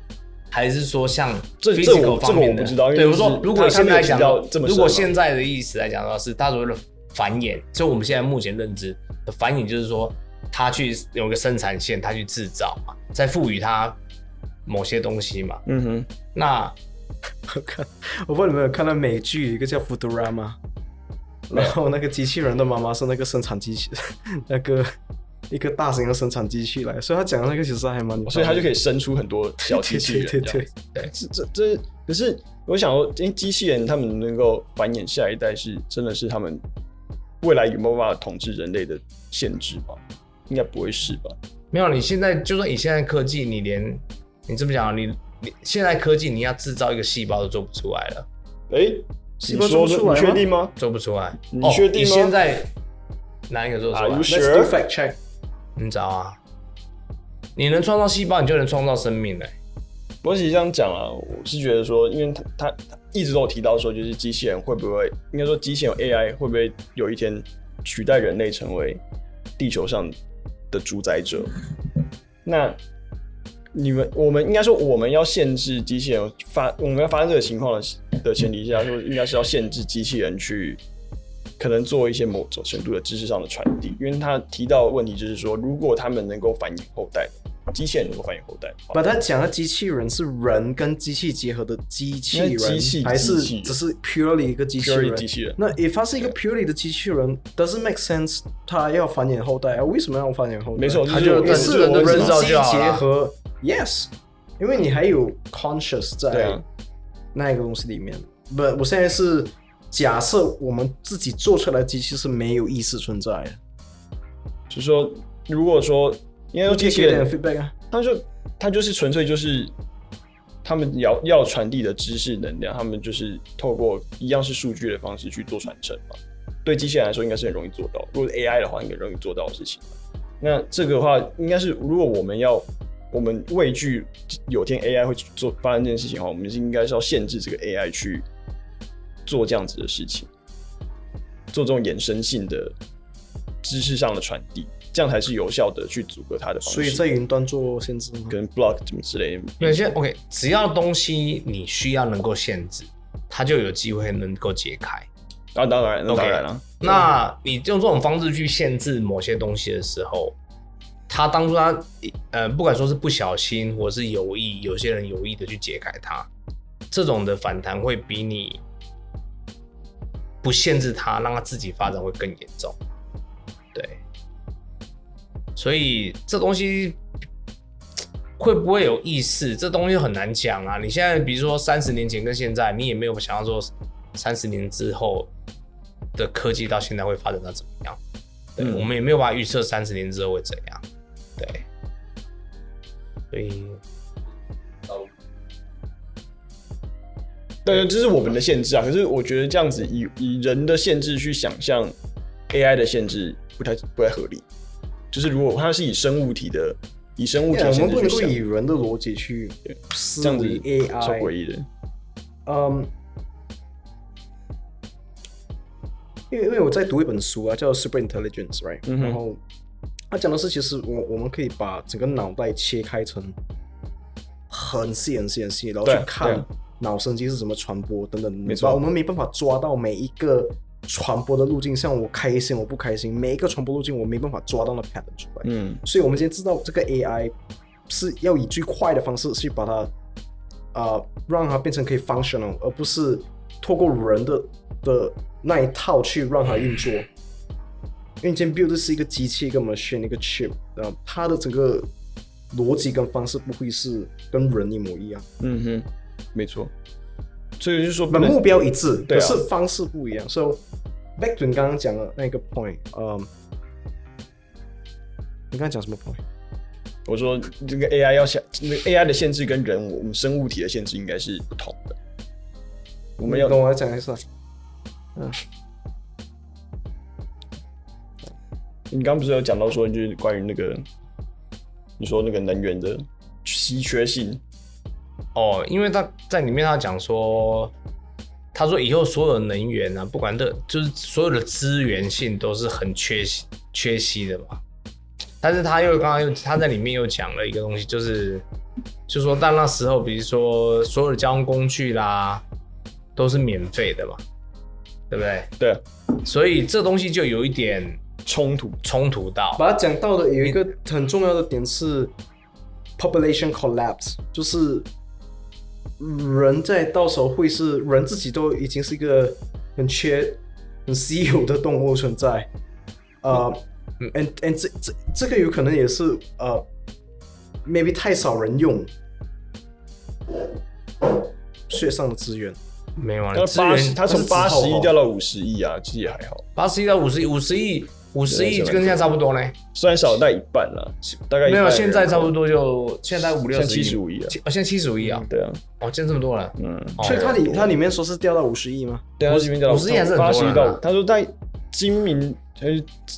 Speaker 3: 还是说像
Speaker 2: 这
Speaker 3: physical
Speaker 2: 这我
Speaker 3: 方面
Speaker 2: 这个我
Speaker 3: 的
Speaker 2: 不知道因为
Speaker 3: 对，我
Speaker 2: 就是
Speaker 3: 说如果
Speaker 2: 他他
Speaker 3: 现
Speaker 2: 没有
Speaker 3: 在讲
Speaker 2: 提到这么深嘛啊
Speaker 3: 如果现在的意思来讲的话，是他所谓的繁衍，就我们现在目前认知的繁衍，就是说他去有一个生产线，他去制造嘛，再赋予它某些东西嘛，
Speaker 2: 嗯哼，
Speaker 3: 那。
Speaker 1: 我看， 我不知道你们有看到美剧，有一个叫《Futurama》，然后那个机器人的妈妈是那个生产机器， 那个一个大型的生产机器来，所以他讲的那个其实还蛮，
Speaker 2: 哦所以它就可以生出很多小机
Speaker 1: 对
Speaker 2: 器 人。
Speaker 1: 对对对，
Speaker 2: 哎这这这可是我想说，因为机器人他们能够繁衍下一代是，真的是他们未来有没有办法统治人类的限制吧？应该不会是吧？
Speaker 3: 没有，你现在就算以现在科技，你连你这么讲啊，你你现在科技你要制造一个细胞都做不出来了，
Speaker 2: 哎、
Speaker 1: 细
Speaker 2: 你
Speaker 1: 胞
Speaker 2: 说
Speaker 1: 做不出来
Speaker 2: 你确
Speaker 1: 吗
Speaker 2: 定吗？
Speaker 3: 做不出来。
Speaker 2: 你确定吗啊
Speaker 3: 哦、你现在哪一个做得出
Speaker 2: Are you
Speaker 3: 来？
Speaker 1: Let's do fact check。
Speaker 3: 你找啊，你能创造细胞，你就能创造生命嘞、
Speaker 2: 我只是这样讲啊，我是觉得说，因为他他他一直都有提到说，就是机器人会不会，应该说机器人 AI 会不会有一天取代人类成为地球上的主宰者？那你们我们应该说，我们要限制机器人发，我们要发生这个情况的的前提下，说应该是要限制机器人去可能做一些某种程度的知识上的传递，因为他提到的问题就是说，如果他们能够繁衍后代，机器人能够繁衍后代的话，
Speaker 1: 把它讲的机器人是人跟机器结合的机器人，
Speaker 2: 应该机器
Speaker 1: 还是
Speaker 2: 机器
Speaker 1: 只是 purely 一个机器
Speaker 2: purely
Speaker 1: 人？
Speaker 2: 机器人。
Speaker 1: 那 if 它是一个 purely 的机器人，doesn't make sense，它要繁衍后代啊？为什么要繁衍后代？
Speaker 2: 没错，
Speaker 3: 他
Speaker 2: 就
Speaker 3: 就
Speaker 1: 也
Speaker 2: 我
Speaker 1: 是
Speaker 3: 人
Speaker 1: 我
Speaker 3: 都
Speaker 1: 人
Speaker 3: 制造
Speaker 1: 机
Speaker 3: 就好
Speaker 1: 结
Speaker 3: 了
Speaker 1: 合，yes，因为你还有 conscious
Speaker 2: 对
Speaker 1: 在
Speaker 2: 啊
Speaker 1: 那一个东西里面。不，我现在是假设我们自己做出来的机器是没有意识存在的。
Speaker 2: 就是说，如果说应该说机器
Speaker 1: 给点
Speaker 2: 人，
Speaker 1: feedback 啊，
Speaker 2: 他就他就是纯粹就是他们要要传递的知识能量，他们就是透过一样是数据的方式去做传承嘛。对机器人来说，应该是很容易做到。如果是 AI 的话，应该容易做到的事情。那这个的话，应该是如果我们要我们畏惧有天 AI 会做发生这件事情的话，我们是应该是要限制这个 AI 去做这样子的事情，做这种衍生性的知识上的传递，这样才是有效的去阻隔它的方式。
Speaker 1: 所以在云端做限制吗？
Speaker 2: 跟 block 什么之类的，
Speaker 3: 有些 OK，只要东西你需要能够限制，它就有机会能够解开。
Speaker 2: 啊，当然，那
Speaker 3: OK
Speaker 2: 当然了，
Speaker 3: 那你用这种方式去限制某些东西的时候，他当初他呃，不管说是不小心或是有意，有些人有意的去解开它，这种的反弹会比你不限制它，让它自己发展会更严重。对，所以这东西会不会有意识，这东西很难讲啊。你现在比如说三十年前跟现在，你也没有想到说三十年之后的科技到现在会发展到怎么样。对，
Speaker 2: 嗯
Speaker 3: 我们也没有办法预测三十年之后会怎样。对，所以
Speaker 2: 对，这是我们的限制啊。可是我觉得这样子以以人的限制去想象 AI 的限制，不太不太合理。就是如果它是以生物体的，以生物体的
Speaker 1: 我
Speaker 2: 限
Speaker 1: 们
Speaker 2: 制
Speaker 1: 不
Speaker 2: 去
Speaker 1: 能够
Speaker 2: 想，
Speaker 1: 以人的逻辑去思
Speaker 2: 这样子
Speaker 1: 维
Speaker 2: 超诡
Speaker 1: AI。
Speaker 2: 异的。
Speaker 1: 嗯，因为因为我在读一本书啊，叫《Super Intelligence》，right？、
Speaker 2: 嗯哼
Speaker 1: 然后他讲的是，其实我我们可以把整个脑袋切开成很细很细很细，然后去
Speaker 2: 对对
Speaker 1: 看脑神经是怎么传播等等。
Speaker 2: 没错
Speaker 1: 我们没办法抓到每一个传播的路径，像我开心我不开心，每一个传播路径我没办法抓到那 pattern 出来。
Speaker 2: 嗯，
Speaker 1: 所以我们今天知道这个 AI 是要以最快的方式去把它，呃，让它变成可以 functional，而不是透过人的的那一套去让它运作。因为今天 build 的是一个机器，一个 machine，一个 chip，呃，它的整个逻辑跟方式不会是跟人一模一样，
Speaker 2: 嗯哼，没错。所以就是说不
Speaker 1: 那
Speaker 2: 能，
Speaker 1: 目标一致，
Speaker 2: 对
Speaker 1: 可
Speaker 2: 啊
Speaker 1: 是方式不一样。So back to 你刚刚讲的那个 point，呃，你刚刚讲什么 point？
Speaker 2: 我说这个 AI 要想，那个 AI 的限制跟人我们生物体的限制应该是不同的。我
Speaker 1: 我
Speaker 2: 们要
Speaker 1: 跟我要讲一下。
Speaker 2: 你刚刚不是有讲到说，就是关于那个，你说那个能源的稀缺性，
Speaker 3: 哦，因为他在里面他讲说，他说以后所有能源啊，不管的，就是所有的资源性都是很缺稀缺稀的嘛。但是他又刚刚又他在里面又讲了一个东西，就是就说但那时候，比如说所有的交通工具啦，都是免费的嘛，对不对？
Speaker 2: 对啊
Speaker 3: 所以这东西就有一点
Speaker 2: 冲突，
Speaker 3: 冲突到，
Speaker 1: 把它讲到的有一个很重要的点是 population collapse，就是人在到时候会是人自己都已经是一个很缺、很稀有的动物存在，呃、
Speaker 3: 嗯
Speaker 1: a n d and 这这这个有可能也是呃，maybe 太少人用，血上的资源，
Speaker 3: 没有啊，
Speaker 2: 它
Speaker 3: 资
Speaker 2: 八
Speaker 3: 源
Speaker 2: 十，它从
Speaker 1: 它是之后
Speaker 2: 八十亿
Speaker 1: 哦
Speaker 2: 掉到五十亿啊，其实也还好，
Speaker 3: 八十亿到五十亿，五十亿五十亿
Speaker 2: 对对
Speaker 3: 跟现在差不多呢。
Speaker 2: 虽然少带一半啦，大概一
Speaker 3: 没
Speaker 2: 半
Speaker 3: 有，
Speaker 2: 而已啊
Speaker 3: 现在差不，多就现在五六
Speaker 2: 现
Speaker 3: 十
Speaker 2: 在
Speaker 3: 亿，
Speaker 2: 75亿啊
Speaker 3: 七，哦，现在七十五亿啊，
Speaker 2: 对啊，
Speaker 3: 哦，现在这么多了，
Speaker 2: 嗯，
Speaker 3: 哦
Speaker 1: 所以它里它里面说是掉到五十亿吗？
Speaker 2: 对啊，这边掉到
Speaker 3: 50亿还是很多
Speaker 2: 八十亿
Speaker 3: 人
Speaker 2: 到
Speaker 3: 啊，
Speaker 2: 他说在今明呃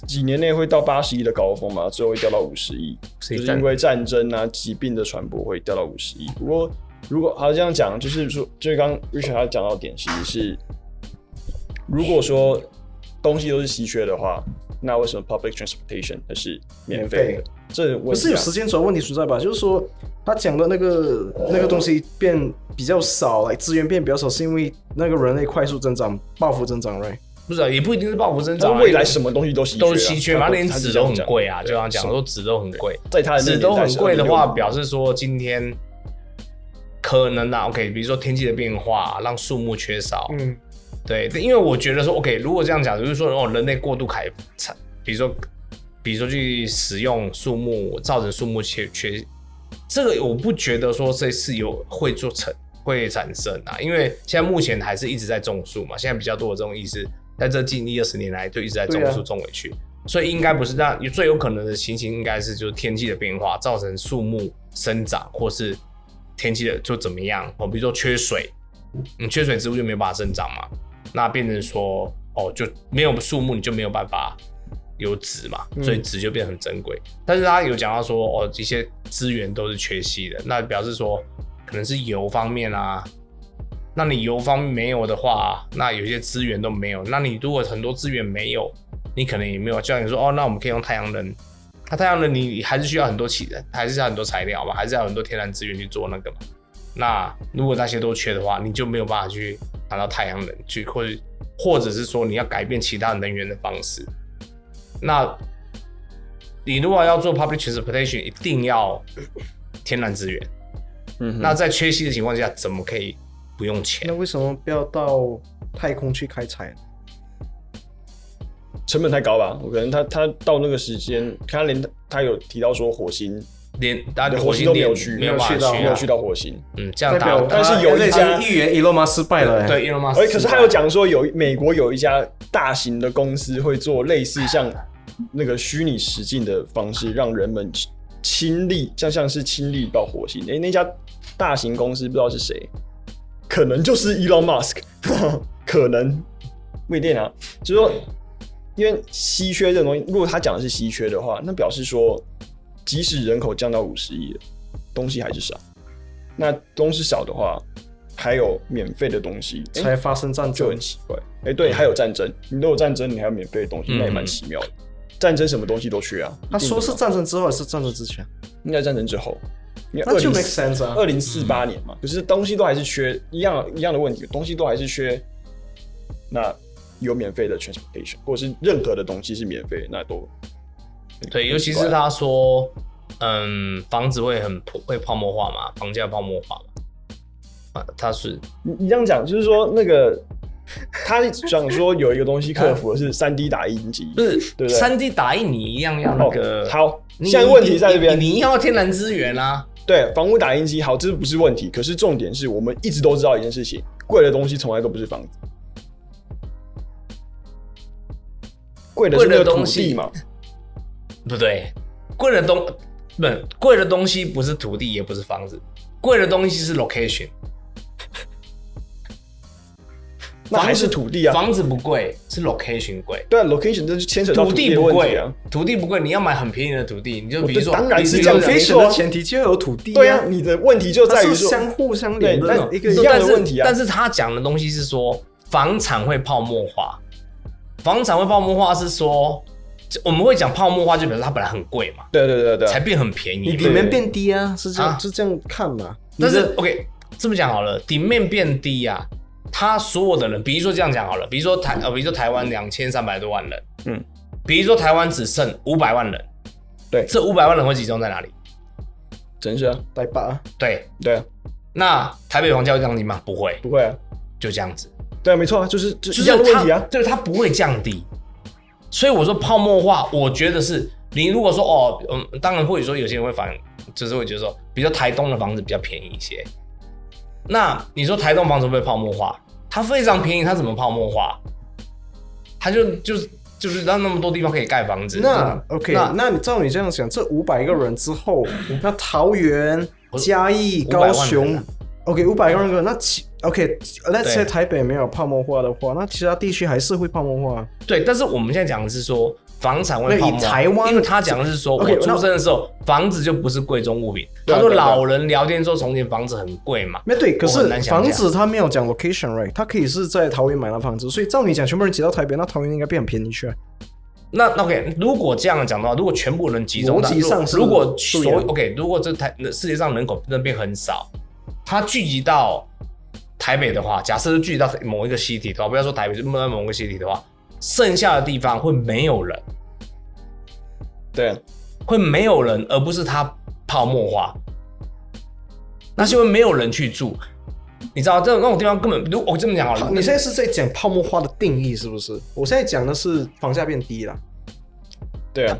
Speaker 2: 几年内会到八十亿的高峰嘛，最后会掉到五十亿，
Speaker 3: 所
Speaker 2: 就
Speaker 3: 以
Speaker 2: 是因为战争啊、疾病的传播会掉到五十亿。不过，如果好这样讲，就是说，就是刚刚 Richard 他讲到的点，其实是如果说东西都是稀缺的话，那为什么 public transportation 它是免费
Speaker 1: 免费？
Speaker 2: 的这我
Speaker 1: 不是有时间轴问题存在吧？就是说，他讲的那个那个东西变比较少了，资源变比较少，是因为那个人类快速增长、报复增长，right？
Speaker 3: 不是啊，也不一定是报复增
Speaker 2: 那
Speaker 3: 长啊，
Speaker 2: 未来什么东西都稀缺啊、
Speaker 3: 都是稀缺嘛，
Speaker 2: 他
Speaker 3: 连
Speaker 2: 他是这
Speaker 3: 纸都
Speaker 2: 样
Speaker 3: 很
Speaker 2: 讲
Speaker 3: 贵啊，就
Speaker 2: 对
Speaker 3: 这样讲
Speaker 2: 什么
Speaker 3: 说纸都很贵，
Speaker 2: 在他的那个
Speaker 3: 纸都
Speaker 2: 年代
Speaker 3: 很
Speaker 2: 是
Speaker 3: 贵的话，
Speaker 2: 26
Speaker 3: 表示说今天可能啊，OK，比如说天气的变化让树木缺少，
Speaker 1: 嗯，
Speaker 3: 对，因为我觉得说，OK，如果这样讲，就是说，哦，人类过度开采，比如说，比如说去使用树木，造成树木缺缺，这个我不觉得说这是有会做成会产生啊，因为现在目前还是一直在种树嘛，现在比较多的这种意识，在这近一二十年来就一直在种
Speaker 1: 对啊
Speaker 3: 树种回去，所以应该不是让最有可能的情形，应该是就是天气的变化造成树木生长，或是天气的就怎么样哦，比如说缺水，你缺水植物就没有办法生长嘛，那变成说哦就没有树木你就没有办法有籽嘛，所以籽就变得很珍贵。但是他有讲到说哦一些资源都是缺稀的，那表示说可能是油方面啊。那你油方面没有的话，那有些资源都没有。那你如果很多资源没有，你可能也没有叫你说哦，那我们可以用太阳能。那太阳能你还是需要很多起的，还是要很多材料嘛，还是要很多天然资源去做那个嘛。那如果那些都缺的话，你就没有办法去拿到太阳能去，或者或者是说你要改变其他能源的方式。那你如果要做 public transportation，一定要 天然资源。
Speaker 2: 嗯哼
Speaker 3: 那在缺席的情况下，怎么可以不用钱
Speaker 1: 那？为什么不要到太空去开采呢？
Speaker 2: 成本太高吧？我可能他他到那个时间，他连他有提到说火星，
Speaker 3: 连大家
Speaker 2: 火星
Speaker 3: 啊星
Speaker 2: 都没有
Speaker 3: 链
Speaker 2: 去，
Speaker 3: 没有办法
Speaker 1: 去到
Speaker 2: 没
Speaker 3: 啊
Speaker 2: 有去到火星。
Speaker 3: 嗯，这样
Speaker 1: 代
Speaker 3: 打
Speaker 1: 表
Speaker 2: 但是有一家
Speaker 1: 预言伊洛马失败了、欸，
Speaker 2: 哎
Speaker 3: 对 Elon Musk
Speaker 2: 而可是他有讲说有一美国有一家大型的公司会做类似像那个虚拟实境的方式，让人们亲亲历，像像是亲历到火星。诶、哎那家大型公司不知道是谁，可能就是 Elon Musk，可 能不一定啊。就是说，因为稀缺这种东西，如果他讲的是稀缺的话，那表示说，即使人口降到五十亿了，东西还是少。那东西少的话，还有免费的东西，哎诶
Speaker 1: 才发生战
Speaker 2: 就
Speaker 1: 争
Speaker 2: 很。奇怪。哎、对，
Speaker 1: 嗯
Speaker 2: 还有战争，你都有战争，你还有免费的东西，
Speaker 3: 嗯
Speaker 2: 那也蛮奇妙的。战争什么东西都缺啊，
Speaker 1: 他
Speaker 2: 一定
Speaker 1: 说
Speaker 2: 的
Speaker 1: 是
Speaker 2: 嘛
Speaker 1: 战争之后还是战争之前？
Speaker 2: 应该战争之后，应该
Speaker 1: 那就
Speaker 2: 20
Speaker 1: make sense 啊
Speaker 2: 二零四八年嘛，可是东西都还是缺一样一样的问题，东西都还是缺。那有免费的 transportation，或者是任何的东西是免费的，那都
Speaker 3: 对，尤其是他说，嗯，房子会很破会泡沫化嘛，房价泡沫化嘛，啊，他是
Speaker 2: 你你这样讲，就是说那个他想说有一个东西克服的是三 D 打 印机，
Speaker 3: 不是
Speaker 2: 对不对
Speaker 3: 三 D 打印你一样要那个、
Speaker 2: 哦好
Speaker 3: 你
Speaker 2: 现在问题在这边
Speaker 3: 你你你要天然资源啊，
Speaker 2: 对，房屋打印机好，这不是问题。可是重点是我们一直都知道一件事情：贵的东西从来都不是房子，贵的是那个
Speaker 3: 贵的东
Speaker 2: 土
Speaker 3: 西
Speaker 2: 地嘛。
Speaker 3: 不对，贵的东不是贵的东西不是土地，也不是房子，贵的东西是 location，
Speaker 2: 那还是土地啊。
Speaker 3: 房子不贵是 location 贵。
Speaker 2: 对啊，location 这就牵扯到
Speaker 3: 土地
Speaker 2: 的
Speaker 3: 不
Speaker 2: 问
Speaker 3: 贵
Speaker 2: 题啊。，
Speaker 3: 土地不贵，你要买很便宜的土地，你就比如说，
Speaker 2: 哦对当然
Speaker 3: 你
Speaker 2: 是
Speaker 3: 比如
Speaker 2: 这样
Speaker 3: 说
Speaker 2: 子
Speaker 1: 非
Speaker 2: 没
Speaker 1: 常
Speaker 2: 错啊
Speaker 1: 的前提就要有土地、啊，
Speaker 2: 对啊，你的问题就
Speaker 1: 它
Speaker 2: 在于
Speaker 1: 是
Speaker 2: 说，
Speaker 1: 相互相连
Speaker 2: 对
Speaker 1: 的
Speaker 2: 但
Speaker 1: 一个
Speaker 2: 一样
Speaker 3: 但
Speaker 2: 的
Speaker 3: 是
Speaker 2: 问题啊
Speaker 3: 但是他讲的东西是说，房产会泡沫化，房产会泡沫化是说，我们会讲泡沫化，就表示它本来很贵嘛，
Speaker 2: 对对对对啊
Speaker 3: 才
Speaker 2: 对，
Speaker 3: 变很便宜
Speaker 1: 呃你
Speaker 3: 嘛。
Speaker 1: 底面变低啊，是这样、
Speaker 3: 啊
Speaker 1: 是这样看嘛？
Speaker 3: 但
Speaker 1: 你
Speaker 3: 是
Speaker 1: 的
Speaker 3: OK，这么讲好了，底面变低啊，他所有的人，比如说这样讲好了，比如说台呃，比如说台湾两千三百多万人，
Speaker 2: 嗯，
Speaker 3: 比如说台湾只剩五百万人，
Speaker 2: 对
Speaker 3: 这五百万人会集中在哪里？
Speaker 2: 真是啊，
Speaker 1: 来吧，
Speaker 3: 对，
Speaker 2: 对啊，
Speaker 3: 那台北房价会降低吗？不会，
Speaker 2: 不会啊，
Speaker 3: 就这样子。
Speaker 2: 对啊，没错啊，就是就
Speaker 3: 就是
Speaker 2: 一样的问题
Speaker 3: 它
Speaker 2: 啊。
Speaker 3: 对它不会降低。所以我说泡沫化，我觉得是你如果说哦，嗯，当然或者说有些人会反，就是会觉得说，比如说台东的房子比较便宜一些，那你说台东房子会不会泡沫化？它非常便宜，它怎么泡沫化？它就就是就是让那么多地方可以盖房子。
Speaker 1: 那 OK，那
Speaker 3: 那嗯
Speaker 1: 你照你这样想，这五百个人之后，那桃园、
Speaker 3: 我
Speaker 1: 嘉义、
Speaker 3: 500万
Speaker 1: 高
Speaker 3: 人
Speaker 1: 雄
Speaker 3: 啊
Speaker 1: ，OK，五百个人，那其 OK，let's、say
Speaker 3: 对
Speaker 1: 台北没有泡沫化的话，那其他地区还是会泡沫化。啊
Speaker 3: 对，但是我们现在讲的是说房产会泡
Speaker 1: 那
Speaker 3: 沫
Speaker 1: 以
Speaker 3: 化，
Speaker 1: 台湾
Speaker 3: 因为他讲的是说我
Speaker 1: OK，
Speaker 3: 出
Speaker 1: 那
Speaker 3: 生的时候房子就不是贵重物品，
Speaker 2: 对啊
Speaker 3: 他说
Speaker 2: 对啊对啊
Speaker 3: 老人聊天说从前房子很贵嘛，
Speaker 1: 没对，可
Speaker 3: 我
Speaker 1: 是
Speaker 3: 很难想
Speaker 1: 房
Speaker 3: 象
Speaker 1: 子他没有讲 location right，他可以是在桃园买了房子，所以照你讲，全部人挤到台北，那桃园应该变很便宜去啊。
Speaker 3: 那那 OK，如果这样讲的话，如果全部人集中到，
Speaker 1: 逻辑上是
Speaker 3: 如果如果
Speaker 1: 对
Speaker 3: 所
Speaker 1: 的
Speaker 3: 有 OK，如果这台世界上人口那边很少，它聚集到台北的话，假设是聚集到某一个西体的话，不要说台北，就某某个西体的话，剩下的地方会没有人，
Speaker 2: 对啊，
Speaker 3: 会没有人，而不是它泡沫化。那是因为没有人去住，你知道这种那种地方根本，如我这么讲好了，
Speaker 1: 你现在是在讲泡沫化的定义是不是？我现在讲的是房价变低了，
Speaker 2: 对啊，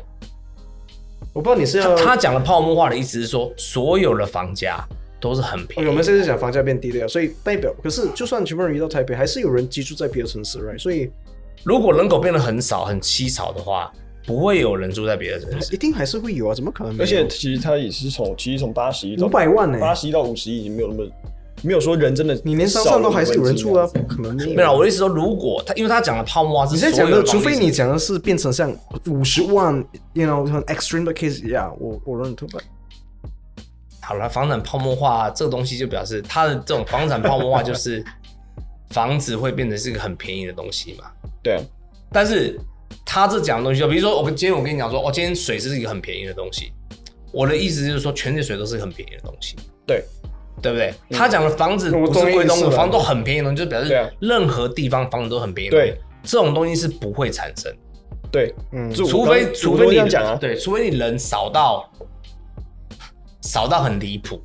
Speaker 1: 我不知道你是要
Speaker 3: 他他讲的泡沫化的意思是说，所有的房价都是很便宜
Speaker 1: 哦 OK，我们现在是讲房价变低对啊，所以代表可是就算全部人移到台北，还是有人居住在别的城市，right？所以
Speaker 3: 如果人口变得很少、很稀少的话，不会有人住在别的城市。
Speaker 1: 一定还是会有啊，怎么可能没有？
Speaker 2: 而且其实它也是从其实从八十亿
Speaker 1: 五百万呢、
Speaker 2: 八十亿到五十亿，已经没有那么没有说人真的
Speaker 1: 你连商
Speaker 2: 少
Speaker 1: 上
Speaker 2: 了
Speaker 1: 都还是有人住啊，
Speaker 2: 那样子
Speaker 1: 不可能没有。
Speaker 3: 没有，我的意思说，如果他因为他讲的泡沫化是
Speaker 1: 你现在
Speaker 3: 所有
Speaker 1: 讲的，
Speaker 3: 房地
Speaker 1: 除
Speaker 3: 产
Speaker 1: 非你讲的是变成像五十万，you know，很 extreme 的 case，yeah，我我认同。
Speaker 3: 好了，房产泡沫化这个东西就表示它的这种房产泡沫化就是房子会变成是一个很便宜的东西嘛。
Speaker 2: 对啊，
Speaker 3: 但是他这讲的东西，就比如说我今天我跟你讲说，哦，今天水是一个很便宜的东西，我的意思就是说，全世界水都是一个很便宜的东西。
Speaker 2: 对，
Speaker 3: 对不对？他讲的房子
Speaker 1: 我
Speaker 3: 不
Speaker 1: 懂
Speaker 3: 是
Speaker 1: 你
Speaker 3: 贵东
Speaker 1: 意思
Speaker 3: 的
Speaker 1: 了
Speaker 3: 房子都很便宜的东西，就表
Speaker 2: 对啊
Speaker 3: 示任何地方房子都很便宜。
Speaker 2: 对，
Speaker 3: 这种东西是不会产生，
Speaker 2: 对，
Speaker 1: 嗯，
Speaker 2: 住
Speaker 3: 除
Speaker 2: 我
Speaker 3: 非
Speaker 2: 刚
Speaker 3: 除
Speaker 2: 我
Speaker 3: 非
Speaker 2: 都
Speaker 3: 你
Speaker 2: 这样讲啊，
Speaker 3: 对，除非你人少到少到很离谱。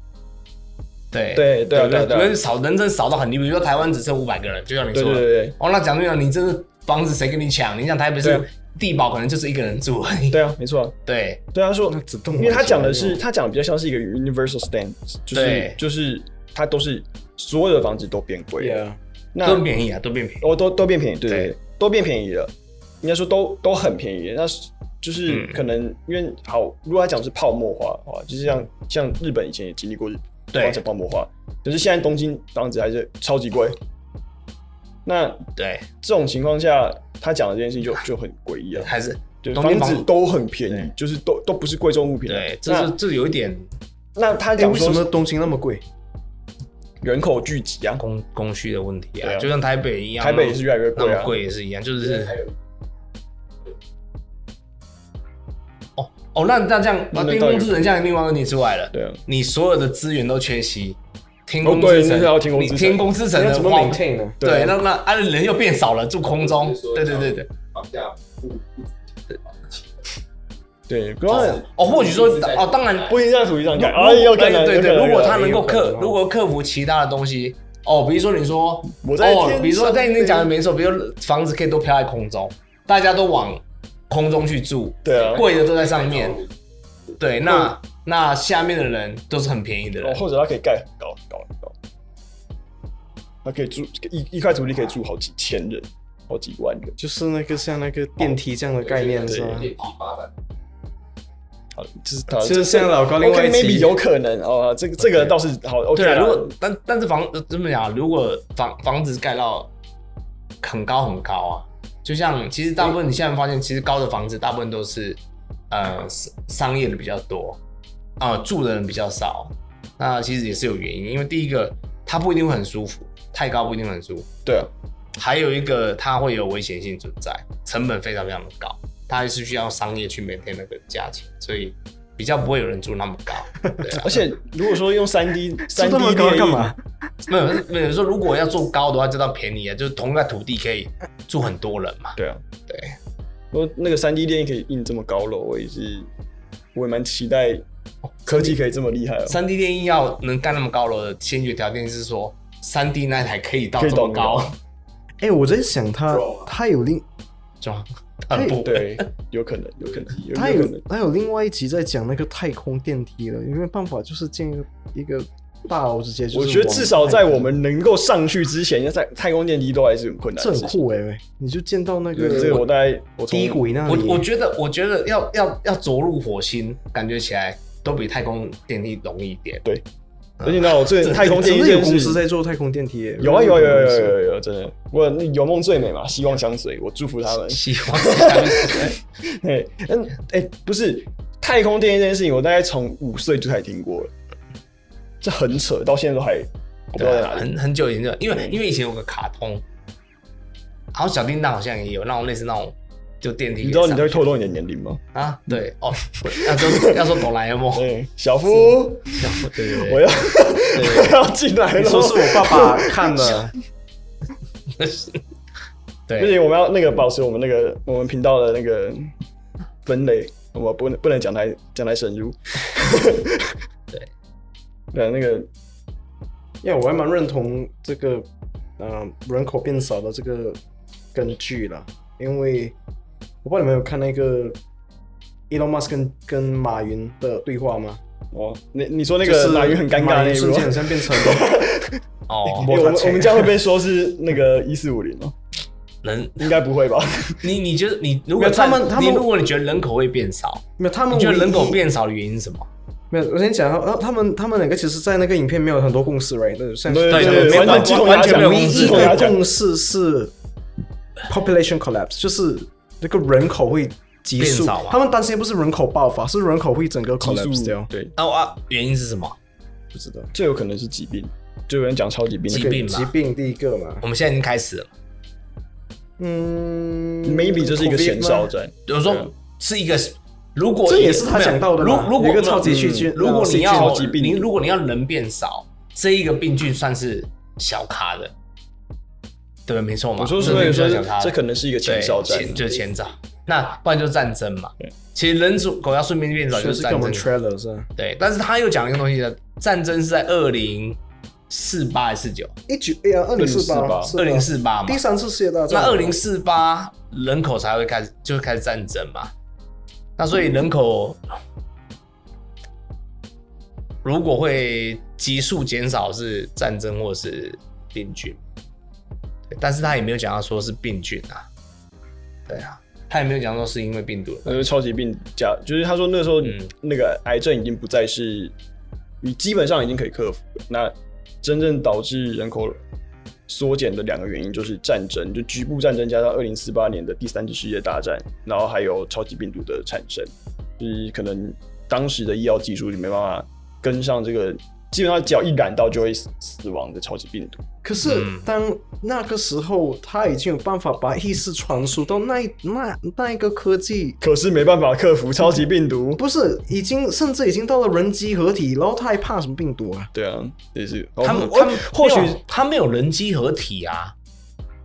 Speaker 3: 对
Speaker 2: 对对啊
Speaker 3: 不
Speaker 2: 对啊
Speaker 3: 对，
Speaker 2: 对啊
Speaker 3: 除非是少人真少到很离谱，比如说台湾只剩五百个人，就像你
Speaker 2: 对
Speaker 3: 说
Speaker 2: 对
Speaker 3: 的，
Speaker 2: 对对。
Speaker 3: 哦，那讲真的，你真的房子谁跟你抢？你想台北
Speaker 2: 对
Speaker 3: 市
Speaker 2: 啊
Speaker 3: 地堡可能就是一个人住而已。
Speaker 2: 对啊，没错、啊，
Speaker 3: 对
Speaker 2: 对他说
Speaker 1: 那自动
Speaker 2: 因为他讲的是
Speaker 1: 完全没有
Speaker 2: 他讲的比较像是一个 universal stance，就是
Speaker 3: 对
Speaker 2: 就是它都是所有的房子都变贵了
Speaker 1: Yeah，
Speaker 2: 那
Speaker 3: 都便宜啊，都变便宜。
Speaker 2: 哦，都都变便宜，对对
Speaker 3: 对
Speaker 2: 对，都变便宜了。应该说都都很便宜，那是就是
Speaker 3: 嗯
Speaker 2: 可能、因为好，如果他讲的是泡沫化的话，就是像像日本以前也经历过
Speaker 3: 对
Speaker 2: 发生泡沫化，可是现在东京房子还是超级贵。那
Speaker 3: 对，
Speaker 2: 这种情况下，他讲的这件事情就就很诡异啊，
Speaker 3: 还是
Speaker 2: 就
Speaker 3: 东
Speaker 2: 房
Speaker 3: 京
Speaker 2: 子
Speaker 3: 房
Speaker 2: 都很便宜
Speaker 3: 对，
Speaker 2: 就是都都不是贵重物品啊。
Speaker 3: 对，这是这有一点
Speaker 2: 那那他
Speaker 1: 哎，
Speaker 2: 讲
Speaker 1: 为什
Speaker 2: 说
Speaker 1: 么
Speaker 2: 是
Speaker 1: 东京那么贵？
Speaker 2: 人口聚集啊，
Speaker 3: 供供需的问题
Speaker 2: 对
Speaker 3: 啊，
Speaker 2: 啊
Speaker 3: 就像台北一样，
Speaker 2: 台北也是越来越
Speaker 3: 那
Speaker 2: 贵
Speaker 3: 么
Speaker 2: 啊。
Speaker 3: 贵也是一样，就是
Speaker 4: 还有
Speaker 3: 哦，那那这样，
Speaker 2: 那
Speaker 3: 那
Speaker 2: 那
Speaker 3: 兵
Speaker 2: 到底
Speaker 3: 工之城这样另外一个问题出来了，
Speaker 2: 对啊，
Speaker 3: 你所有的资源都缺席，天
Speaker 2: 哦
Speaker 3: 空
Speaker 2: 对
Speaker 3: 之
Speaker 2: 那
Speaker 3: 城，
Speaker 2: 是要天空之城
Speaker 3: 你天空之城
Speaker 1: 那
Speaker 3: 的
Speaker 1: 怎么
Speaker 3: 话
Speaker 1: maintain 呢？
Speaker 2: 对
Speaker 3: 对，那那啊人又变少了，住空中
Speaker 4: 就是，说
Speaker 3: 对对对对。
Speaker 4: 房价不不
Speaker 2: 对，不
Speaker 3: 哦
Speaker 2: 然，
Speaker 3: 哦或许说
Speaker 4: 一直在
Speaker 3: 哦，当然
Speaker 2: 不一定在土地上
Speaker 3: 如
Speaker 2: 改，啊，要看
Speaker 3: 对
Speaker 2: 啊
Speaker 3: 哎对
Speaker 2: 要看
Speaker 3: 对，
Speaker 2: 啊
Speaker 3: 如果他
Speaker 2: 要看啊
Speaker 3: 能够
Speaker 2: 要看
Speaker 3: 克
Speaker 2: 啊，
Speaker 3: 如果克服其他的东西，哦，比如说你说，
Speaker 2: 我在天
Speaker 3: 哦
Speaker 2: 上，
Speaker 3: 比如说在你讲的没错，比如说房子可以都飘在空中，大家都往空中去住，
Speaker 2: 对啊，
Speaker 3: 贵的都在上面，对，那
Speaker 2: 嗯
Speaker 3: 那下面的人都是很便宜的
Speaker 2: 哦
Speaker 3: 人，
Speaker 2: 或者他可以盖很高很高很高，他可以住一一块土地可以住好几千人，好几万人。
Speaker 1: 就是那个像那个电梯这样的概念是吧？
Speaker 4: 电梯发展，
Speaker 2: 好，就是他
Speaker 1: 就是像老高另外
Speaker 2: OK
Speaker 1: 一
Speaker 2: maybe
Speaker 1: 期
Speaker 2: 有可能哦，这个这个倒是好 OK
Speaker 3: 对啊，
Speaker 2: 啦
Speaker 3: 如果但但是房这么讲，啊如果房房子盖到很高很高啊，就像其实大部分你现在发现，其实高的房子大部分都是呃商商业的比较多，啊、住的人比较少。那其实也是有原因，因为第一个它不一定会很舒服，太高不一定会很舒服，
Speaker 2: 对啊，
Speaker 3: 还有一个它会有危险性存在，成本非常非常的高，它还是需要商业去每天那个价钱，所以比较不会有人住那么高。对啊
Speaker 2: 而且如果说用三 D 三
Speaker 1: 这
Speaker 2: D
Speaker 1: 么
Speaker 2: 列
Speaker 1: 高
Speaker 2: 印
Speaker 1: 干嘛？？
Speaker 3: 没有没有说，如果要做高的话，就当便宜啊，就是同一块土地可以住很多人嘛。
Speaker 2: 对啊，
Speaker 3: 对，
Speaker 2: 如果那个三 D 列印可以印这么高楼，我也是，我也蛮期待科技可以这么厉害哦。
Speaker 3: 三 D 电影要能盖那么高楼的先决条件是说，三 D 那台可以到
Speaker 2: 可以
Speaker 3: 这
Speaker 2: 到
Speaker 3: 么高，
Speaker 1: 哎，我在想他
Speaker 2: 啊
Speaker 4: Bro，
Speaker 1: 他有另
Speaker 3: 就很不会。
Speaker 2: 对，有可能，有可能，有
Speaker 1: 他
Speaker 2: 有可
Speaker 1: 有
Speaker 2: 能。
Speaker 1: 他有另外一集在讲那个太空电梯了，有没有办法就是建一个一个大楼直接就是
Speaker 2: 我
Speaker 1: 往太空？
Speaker 2: 觉得至少在我们能够上去之前，要在太空电梯都还是很困难
Speaker 1: 这
Speaker 2: 的
Speaker 1: 很
Speaker 2: 事情。
Speaker 1: 酷哎、喂你就见到那
Speaker 2: 对这个我
Speaker 1: 个
Speaker 2: 大概我从
Speaker 1: 低轨那
Speaker 3: 我
Speaker 1: 里，
Speaker 3: 我觉得，我觉得要要要着陆火星，感觉起来都比太空电梯容易一点。
Speaker 2: 而且呢，我最太空电
Speaker 1: 真
Speaker 2: 梯
Speaker 1: 的
Speaker 2: 这
Speaker 1: 有
Speaker 2: 件
Speaker 1: 公
Speaker 2: 事
Speaker 1: 司在做太空电梯、欸，
Speaker 2: 有啊有啊有啊有啊有啊
Speaker 1: 啊，
Speaker 2: 有啊，真的，我有梦最美嘛，希望相随，我祝福 他们。
Speaker 3: 希望是这样 子
Speaker 2: 哎，嗯，哎，不是太空电梯这件事情，我大概从五岁就开始听过了，这很扯，到现在都还我不知道在
Speaker 3: 对
Speaker 2: 哪
Speaker 3: 啊，
Speaker 2: 里。
Speaker 3: 很很久以前就，因为因为以前有个卡通，然后小叮当好像也有那种类似那种就电梯可以
Speaker 2: 你
Speaker 3: 上
Speaker 2: 知
Speaker 3: 去。
Speaker 2: 道你在透露你的年龄吗？
Speaker 3: 啊，对哦，要说要说哆啦 A 梦，
Speaker 2: 对，小夫，
Speaker 3: 对对
Speaker 2: 我
Speaker 3: 对
Speaker 2: 要 我要进来
Speaker 1: 你
Speaker 2: 了。
Speaker 1: 说是我爸爸看的，
Speaker 2: 不
Speaker 3: 对，
Speaker 2: 行，我们要那个保持我们那个我们频道的那个分类，我们不能不能讲太讲太 深入。
Speaker 3: 对，
Speaker 2: 对，那个
Speaker 1: 因为我还蛮认同这个，嗯、人口变少的这个根据啦，因为我不知道你们有看那个 Elon Musk 跟跟马云的对话吗？
Speaker 2: 哦，你你说那
Speaker 1: 就
Speaker 2: 个
Speaker 1: 是
Speaker 2: 马云很尴尬
Speaker 1: 马
Speaker 2: 那
Speaker 1: 云
Speaker 2: 一
Speaker 1: 瞬
Speaker 2: 幕
Speaker 1: 间，好像变成
Speaker 3: 哦，
Speaker 2: 欸我
Speaker 1: 他
Speaker 2: 们
Speaker 1: 切
Speaker 2: 我们这样会被说是那个一四五零吗？
Speaker 3: 人，
Speaker 2: 应该不 会吧？
Speaker 3: 你你觉得你如
Speaker 1: 没
Speaker 3: 果
Speaker 1: 有他们
Speaker 3: 看
Speaker 1: 他们
Speaker 3: 你如果你觉得人口会变少，
Speaker 1: 没有他们
Speaker 3: 你觉得
Speaker 1: 唯一
Speaker 3: 人口变少的原因是什么？
Speaker 1: 没有，我先讲，然后他们他们两个其实，在那个影片没有很多共识，right？像
Speaker 2: 对对
Speaker 3: 对
Speaker 1: 没
Speaker 3: 完全
Speaker 1: 有
Speaker 3: 鸡同鸭讲
Speaker 1: 完全没有
Speaker 3: 鸡
Speaker 1: 唯一
Speaker 2: 同鸭
Speaker 1: 的
Speaker 2: 讲
Speaker 1: 共识是 population collapse，就是那个人口会急速
Speaker 3: 变少嘛。
Speaker 1: 他们担心不是人口爆发，是人口会整个
Speaker 2: 激
Speaker 1: collapse
Speaker 2: 素
Speaker 1: 掉。
Speaker 2: 对，
Speaker 3: 啊啊，原因是什么？
Speaker 1: 不知道
Speaker 2: 最有可能是疾病，就有人讲超级病，
Speaker 3: 疾病嘛
Speaker 1: 疾病第一个嘛，
Speaker 3: 我们现在已经开始了，
Speaker 1: 嗯
Speaker 2: maybe 就是一个
Speaker 1: COVID
Speaker 2: 前哨
Speaker 1: 吗
Speaker 2: 战。
Speaker 3: 有时
Speaker 2: 对
Speaker 3: 候是一个，如果
Speaker 1: 啊这也是他
Speaker 3: 没有
Speaker 1: 讲到的
Speaker 3: 如
Speaker 1: 嘛
Speaker 3: 如果
Speaker 1: 有一个超级细菌
Speaker 3: 嗯如果
Speaker 1: 呃细
Speaker 3: 你
Speaker 1: 菌
Speaker 3: 要
Speaker 2: 超级病
Speaker 3: 你如果你要人变少，这一个病菌算是小咖的，对吧？没错嘛，
Speaker 2: 我说
Speaker 3: 这
Speaker 2: 是
Speaker 3: 个
Speaker 2: 那
Speaker 3: 病
Speaker 2: 个
Speaker 3: 菌
Speaker 2: 说
Speaker 3: 算小咖的
Speaker 2: 这可能是一个
Speaker 3: 对，
Speaker 2: 前哨战，
Speaker 3: 前就是前兆。那不然就是战争嘛
Speaker 2: 对。
Speaker 3: 其实人主狗要顺便变少
Speaker 1: 就
Speaker 3: 就是是
Speaker 1: 跟我们
Speaker 3: 战争。
Speaker 1: trailer 是吧？
Speaker 3: 对，但是他又讲一个东西的，战争是在二零四八还是四九？
Speaker 1: 一九哎呀，二零四八，
Speaker 2: 2048
Speaker 3: 二零四八嘛。
Speaker 1: 第三次世界大
Speaker 3: 那
Speaker 1: 战，
Speaker 3: 二零四八人口才会开始就会开始战争嘛。那所以人口如果会急速减少是战争或是病菌，对但是他也没有讲到说是病菌啊，对啊，他也没有讲说是因为病毒。
Speaker 2: 那就超级病假，就是他说那时候
Speaker 3: 嗯
Speaker 2: 那个癌症已经不再是，你基本上已经可以克服了。那真正导致人口缩减的两个原因就是战争，就局部战争加上二零四八年的第三次世界大战，然后还有超级病毒的产生，就是可能当时的医药技术就没办法跟上这个，基本上只要一染到就会死死亡的超级病毒。
Speaker 1: 可是
Speaker 3: 嗯
Speaker 1: 当那个时候，他已经有办法把意识传输到那一那那一个科技，
Speaker 2: 可是没办法克服超级病毒，
Speaker 1: 不是已经甚至已经到了人机合体，然后他还怕什么病毒啊？
Speaker 2: 对啊，也是
Speaker 3: 他们
Speaker 2: 哦
Speaker 3: 他们
Speaker 2: 或许
Speaker 3: 没有他没有人机合体啊，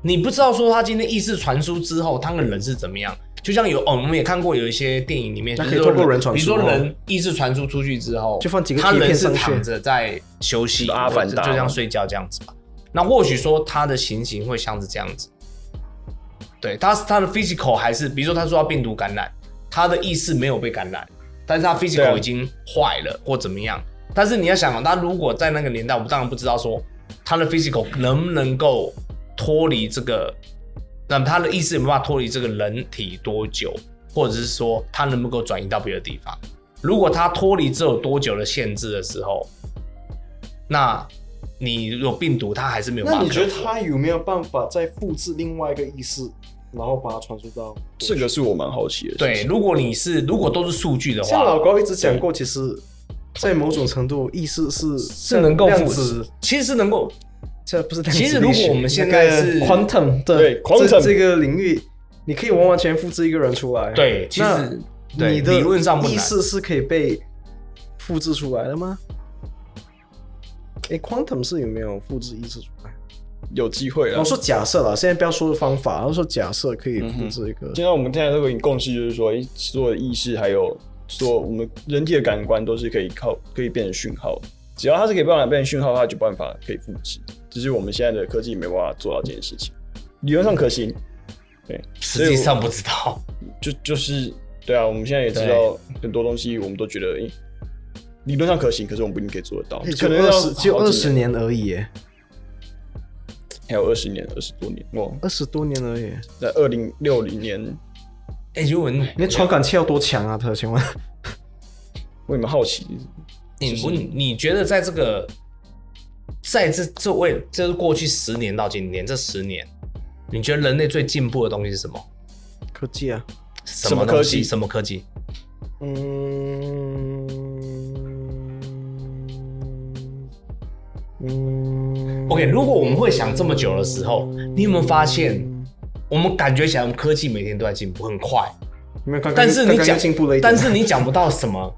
Speaker 3: 你不知道说他今天意识传输之后，他跟人是怎么样。就像有哦，我们也看过有一些电影里面，
Speaker 1: 那可以
Speaker 3: 就是说
Speaker 1: 透过人传输
Speaker 3: 比如说
Speaker 1: 哦
Speaker 3: 人意识传输出去之后，
Speaker 1: 就放几个
Speaker 3: 他
Speaker 1: 贴片
Speaker 3: 人是
Speaker 1: 上去
Speaker 3: 躺着在休息，
Speaker 2: 阿凡达
Speaker 3: 就像睡觉这样子嘛。那或许说他的情形会像是这样子，对，他他的 physical 还是，比如说他说他病毒感染，他的意识没有被感染，但是他
Speaker 2: 对啊
Speaker 3: physical 已经坏了或怎么样。但是你要想哦，他如果在那个年代，我们当然不知道说他的 physical 能不能够脱离这个，那么他的意识有没有办法脱离这个人体多久，或者是说他能不能够转移到别的地方？如果他脱离只有多久的限制的时候，那你有病毒，他还是没有办
Speaker 1: 那
Speaker 3: 法
Speaker 1: 你
Speaker 3: 克服。
Speaker 1: 觉得他有没有办法再复制另外一个意识，然后把它传输到？
Speaker 2: 这个是我蛮好奇的。
Speaker 3: 对？，如果你是如果都是数据的话，
Speaker 1: 像老高一直讲过，其实，在某种程度，意识是
Speaker 3: 是能够
Speaker 1: 量
Speaker 3: 复
Speaker 1: 子
Speaker 3: 制，其实是能够，
Speaker 1: 这不是量子
Speaker 3: 其实如
Speaker 1: 力
Speaker 3: 果
Speaker 1: 学
Speaker 3: 我们现在是
Speaker 1: 那个 quantum 的
Speaker 2: 对 quantum
Speaker 1: 这这个领域，你可以完完全复制一个人出来。，
Speaker 3: 对，其
Speaker 1: 那
Speaker 3: 实对
Speaker 1: 你的
Speaker 3: 理论上不
Speaker 1: 意
Speaker 3: 难。
Speaker 1: 识是可以被复制出来的吗？哎，quantum 是有没有复制意识出来？
Speaker 2: 有机会啊。
Speaker 1: 我说假设了，现在不要说方法，我说假设可以复制一个。
Speaker 3: 嗯
Speaker 2: 现在我们现在都有一个共识，就是说，诶所有的意识还有所有我们人体的感官都是可以靠可以变成讯号，只要它是可以办法变成讯号，它就办法可以复制。只是我们现在的科技没办法做到这件事情，理论上可行，
Speaker 3: 实际上不知道，
Speaker 2: 就就是对啊，我们现在也知道很多东西，我们都觉得，诶理论上可行，可是我们不一定可以做得到，
Speaker 1: 诶
Speaker 2: 可
Speaker 1: 就
Speaker 2: 能
Speaker 1: 二
Speaker 2: 要
Speaker 1: 十，就
Speaker 2: 好
Speaker 1: 二
Speaker 2: 几
Speaker 1: 十，年而已耶，
Speaker 2: 还有二十年、二十多年，哇，
Speaker 1: 二十多年而已耶。
Speaker 2: 在二零六零年，
Speaker 3: 哎、如果你
Speaker 1: 你的传感器要多强啊？他请问，
Speaker 2: 我也蛮好奇，
Speaker 3: 你不你你觉得在这个，在这这位这是过去十年到今年这十年，你觉得人类最进步的东西是什么？
Speaker 1: 科技啊，
Speaker 3: 什么
Speaker 2: 么
Speaker 3: 东
Speaker 2: 科
Speaker 3: 西
Speaker 2: 技
Speaker 3: 什么科技？
Speaker 1: 嗯嗯
Speaker 3: OK，如果我们会想这么久的时候，你有没有发现，我们感觉起来我们科技每天都在进步，很快，
Speaker 1: 没有，刚刚
Speaker 3: 但是你
Speaker 1: 刚刚
Speaker 3: 讲
Speaker 1: 又进步了一点，
Speaker 3: 但是你讲不到什么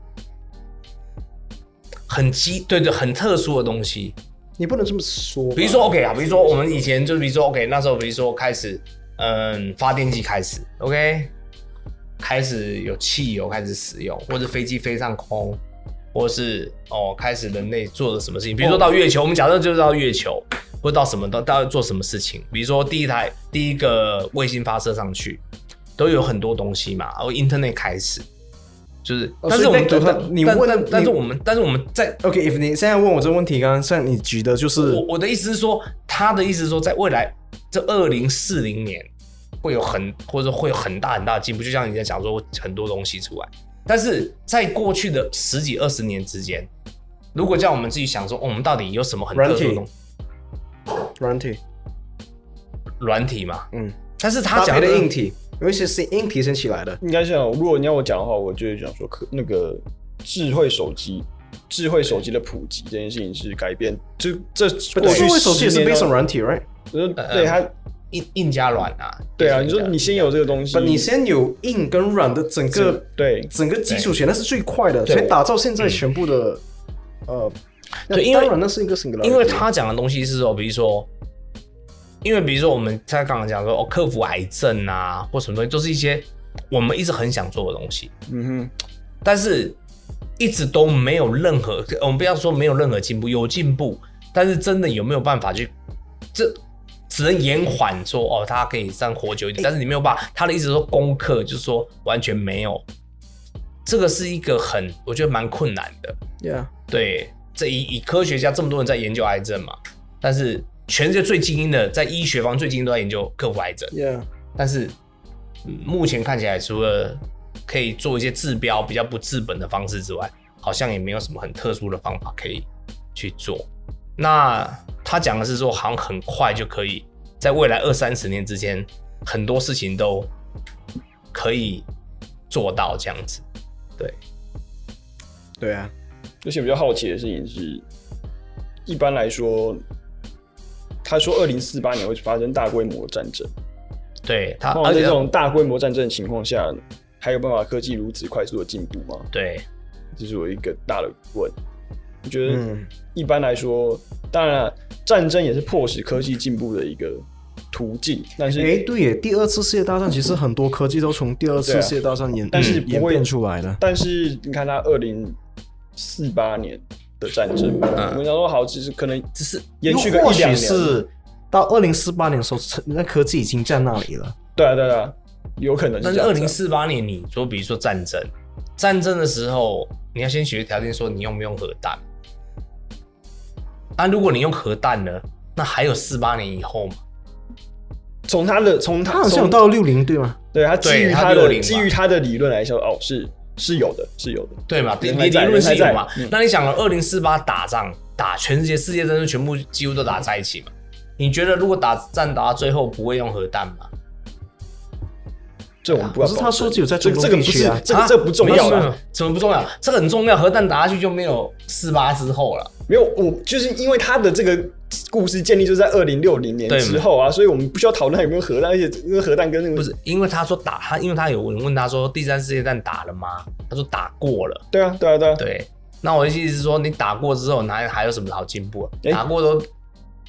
Speaker 3: 很基对对很特殊的东西。
Speaker 1: 你不能这么说吧。
Speaker 3: 比如说 OK 啊，比如说我们以前就比如说 OK 那时候，比如说开始嗯发电机开始 OK，开始有汽油开始使用，或者飞机飞上空，或是哦开始人类做了什么事情，比如说
Speaker 1: 哦
Speaker 3: 到月球，我们假设就是到月球，或到什么到到底做什么事情，比如说第一台第一个卫星发射上去，都有很多东西嘛，然后 Internet 开始。就是，
Speaker 1: 哦
Speaker 3: 但是我
Speaker 1: 所以那
Speaker 3: 们，
Speaker 1: 个
Speaker 3: 但
Speaker 1: 你
Speaker 3: 但
Speaker 1: 问
Speaker 3: 但但是
Speaker 1: 你
Speaker 3: 我们，但是我们在
Speaker 1: OK，if 你现在问我这个问题，刚刚像你举的就是
Speaker 3: 我我的意思是说，他的意思是说，在未来这二零四零年会有很或者会有很大很大的进步，就像你在讲说很多东西出来，但是在过去的十几二十年之间，如果叫我们自己想说，哦我们到底有什么很特殊的东
Speaker 1: 软体，
Speaker 3: 软体嘛？
Speaker 1: 嗯，
Speaker 3: 但是他
Speaker 1: 搭
Speaker 3: 讲
Speaker 1: 配
Speaker 3: 的
Speaker 1: 的硬体，尤其是硬体先起来的。
Speaker 2: 应该是啊，如果你要我讲的话，我就会讲说，可那个智慧手机，智慧手机的普及这件事情是改变，就这过去
Speaker 1: 智慧手机也是
Speaker 2: 10
Speaker 1: b a
Speaker 2: 年
Speaker 1: s
Speaker 2: 到
Speaker 1: on 呃软体，right？
Speaker 2: 就是对它，
Speaker 3: 硬硬加软啊，
Speaker 2: 对啊，
Speaker 3: 硬
Speaker 2: 你
Speaker 3: 加
Speaker 2: 说
Speaker 3: 软
Speaker 2: 你先有这个东西，
Speaker 1: 不，你先有硬跟软的整个
Speaker 2: 对
Speaker 1: 整个基础学，那是最快的，
Speaker 3: 对嗯
Speaker 1: 所以打造现在全部的呃，
Speaker 3: 对因为
Speaker 1: 当然那是一个 singular，
Speaker 3: 因为他讲的东西是说，比如说，因为比如说我们在刚刚讲说，哦，克服癌症啊，或什么东西，都是一些我们一直很想做的东西，
Speaker 2: 嗯
Speaker 3: 但是一直都没有任何，我们不要说没有任何进步，有进步，但是真的有没有办法去，这只能延缓说哦，他可以这样活久一点，但是你没有办法。他的意思是说功课就是说完全没有，这个是一个很我觉得蛮困难的。
Speaker 1: ，Yeah，
Speaker 3: 对，这以以科学家这么多人在研究癌症嘛，但是全世界最精英的在医学方面最精英都在研究克服癌症，
Speaker 1: Yeah，
Speaker 3: 但是、嗯目前看起来除了可以做一些治标比较不治本的方式之外，好像也没有什么很特殊的方法可以去做。那他讲的是说，好像很快就可以在未来二三十年之间，很多事情都可以做到这样子。
Speaker 1: 对啊，
Speaker 2: 而且比较好奇的事情是，一般来说，他说二零四八年会发生大规模的战争，
Speaker 3: 对
Speaker 1: 啊
Speaker 3: 他，
Speaker 2: 那
Speaker 3: 而
Speaker 2: 在
Speaker 3: 且
Speaker 2: 这种大规模战争的情况下，还有办法科技如此快速的进步吗？
Speaker 3: 对
Speaker 2: 这是我一个大的疑问。我觉得
Speaker 1: 嗯
Speaker 2: 一般来说，当然了战争也是迫使科技进步的一个途径，但是
Speaker 1: 哎，对耶，第二次世界大战其实很多科技都从第二
Speaker 2: 对
Speaker 1: 次
Speaker 2: 啊
Speaker 1: 世界大战演、
Speaker 2: 但是不
Speaker 1: 演
Speaker 2: 会
Speaker 1: 变出来的。
Speaker 2: 但是你看他二零四八年的战争，
Speaker 3: 嗯
Speaker 2: 我们想说好，只是可能
Speaker 3: 只是
Speaker 2: 延续个
Speaker 1: 又或
Speaker 2: 一两
Speaker 1: 许
Speaker 2: 年，
Speaker 1: 是到二零四八年的时候，那科技已经在那里了。
Speaker 2: 对啊对啊对啊，有可能
Speaker 3: 但
Speaker 2: 是
Speaker 3: 是
Speaker 2: 这
Speaker 3: 二
Speaker 2: 样子
Speaker 3: 零
Speaker 2: 啊
Speaker 3: 四八年，你说比如说战争，战争的时候，你要先学条件说你用不用核弹。啊，如果你用核弹呢，那还有四八年以后嘛？
Speaker 2: 从他的从
Speaker 1: 它
Speaker 2: 他
Speaker 1: 好像有
Speaker 2: 从
Speaker 1: 到六零对吗？
Speaker 2: 对他基于
Speaker 3: 对
Speaker 2: 他
Speaker 3: 他60
Speaker 2: 的
Speaker 3: 嘛
Speaker 2: 基于他的理论来说，哦是是有的，是有的，
Speaker 3: 对嘛？理
Speaker 2: 人还
Speaker 3: 理
Speaker 2: 在
Speaker 3: 论是
Speaker 2: 人还在
Speaker 3: 有嘛
Speaker 2: 嗯？
Speaker 3: 那你想哦了，二零四八打仗，打全世界世界战争全部几乎都打在一起嘛？你觉得如果打战打到最后不会用核弹吗？
Speaker 2: 这我们不
Speaker 1: 啊可
Speaker 2: 要
Speaker 1: 是
Speaker 2: 保证。
Speaker 1: 他说只有在
Speaker 2: 这
Speaker 1: 中东
Speaker 2: 个这个
Speaker 1: 地
Speaker 2: 不
Speaker 1: 区
Speaker 2: 是
Speaker 1: 啊，
Speaker 2: 这个这个不重要
Speaker 3: 了
Speaker 2: 啦，，
Speaker 3: 怎么不重要？这个很重要，核弹打下去就没有四八之后了。
Speaker 2: 没有我就是因为他的这个故事建立就是在二零六零年
Speaker 3: 对
Speaker 2: 之后啊，所以我们不需要讨论它有没有核弹，而且因为核弹跟那个
Speaker 3: 不是，因为他说打他，因为他有问问他说第三世界大战打了吗？他说打过了。
Speaker 2: 对啊对啊对啊，
Speaker 3: 对，那我的意思是说，你打过之后，哪还有什么好进步、啊？
Speaker 2: 诶
Speaker 3: 打过都，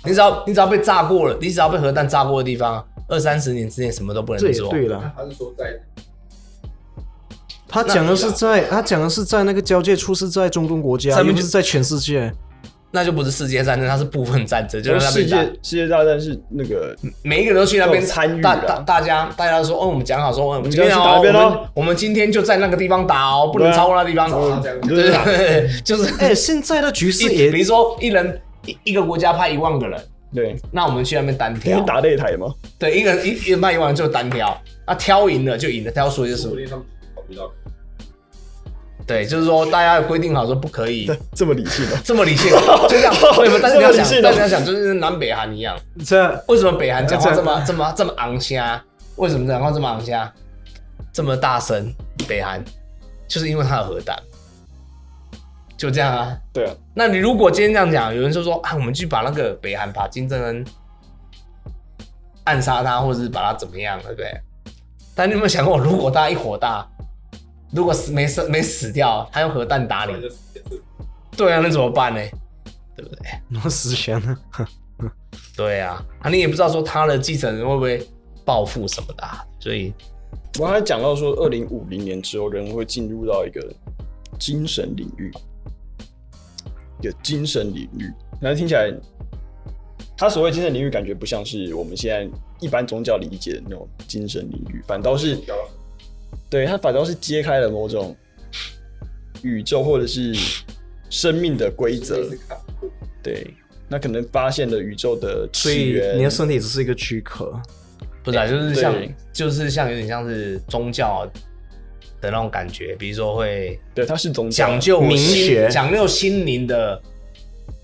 Speaker 3: 你只要你只要被炸过了，你只要被核弹炸过的地方，二三十年之内什么都不
Speaker 1: 这
Speaker 3: 能
Speaker 1: 也
Speaker 3: 做。
Speaker 1: 对
Speaker 4: 那
Speaker 1: 了。
Speaker 4: 他是说在
Speaker 1: 他讲的是在他讲的是在那个交界处，是在中东国家，
Speaker 3: 咱
Speaker 1: 又
Speaker 3: 们
Speaker 1: 不
Speaker 3: 就是
Speaker 1: 在全世 界。
Speaker 3: 那就不是世界战争，它是部分战争，就是那
Speaker 2: 世
Speaker 3: 边
Speaker 2: 界
Speaker 3: 打，
Speaker 2: 世界大战是那个
Speaker 3: 每一个人都去那
Speaker 2: 都
Speaker 3: 边
Speaker 2: 有参与
Speaker 3: 大
Speaker 2: 啦
Speaker 3: 大大家大家说，哦，我们讲好说，我们
Speaker 2: 们
Speaker 3: 今天
Speaker 2: 就去
Speaker 3: 哦
Speaker 2: 打那边
Speaker 3: 我
Speaker 2: 咯
Speaker 3: 们我们今天就在那个地方打哦，不能
Speaker 2: 对啊
Speaker 3: 超过那地方。
Speaker 4: 打这样
Speaker 2: 就
Speaker 4: 子，
Speaker 2: 是
Speaker 3: 对
Speaker 2: 打
Speaker 3: 对 对，就是
Speaker 1: 哎，现在的局势
Speaker 3: 一，比
Speaker 1: 也
Speaker 3: 如说一人一一个国家派一万个人，
Speaker 2: 对，
Speaker 3: 那我们去那边单
Speaker 2: 你
Speaker 3: 挑
Speaker 2: 是，打擂台吗？
Speaker 3: 对，一个人一一人派一万人就单挑，那挑赢了就赢了，挑输了就
Speaker 4: 说
Speaker 3: 输
Speaker 4: 不
Speaker 3: 了。
Speaker 4: 定他们考虑到
Speaker 3: 对，就是说大家规定好说不可以
Speaker 2: 这么理性啊？
Speaker 3: 这么理性，就这样。对吧？但是你要
Speaker 2: 这么理性哦
Speaker 3: 想，但是你要想，就是南北韩一样，
Speaker 1: 这
Speaker 3: 为什么北韩讲话
Speaker 1: 这
Speaker 3: 这么这么这么昂虾？为什么讲话这么昂虾？这么大声？北韩就是因为它有核弹，就这样啊。
Speaker 2: 对啊，
Speaker 3: 那你如果今天这样讲，有人就说啊，我们去把那个北韩把金正恩暗杀他，或者是把他怎么样，对不对？但你有没有想过，如果大家一火大，如果死没死没死掉，他用核弹打
Speaker 4: 他
Speaker 3: 你
Speaker 4: 们，就死也是
Speaker 3: 对啊，那怎么办呢？对不对？
Speaker 1: 我死悬了。
Speaker 3: 对啊，啊，你也不知道说他的继承人会不会报复什么的、啊，所以
Speaker 2: 我刚才讲到说，二零五零年之后，人会进入到一个精神领域，一个精神领域。那听起来，他所谓精神领域，感觉不像是我们现在一般宗教理解的那种精神领域，反倒是
Speaker 4: 比较
Speaker 2: 对他反倒是揭开了某种宇宙或者是生命的规则
Speaker 4: 类。似看
Speaker 2: 对，那可能发现了宇宙的
Speaker 1: 所
Speaker 2: 起
Speaker 1: 以
Speaker 2: 源。
Speaker 1: 你的身体只是一个躯壳。
Speaker 3: 不是、
Speaker 1: 哎
Speaker 3: 啊，就是像
Speaker 2: 对
Speaker 3: 就是像有点像是宗教的那种感觉，比如说会
Speaker 2: 对，它是宗教
Speaker 3: 讲究
Speaker 1: 明
Speaker 3: 心
Speaker 1: 学
Speaker 3: 讲究心灵的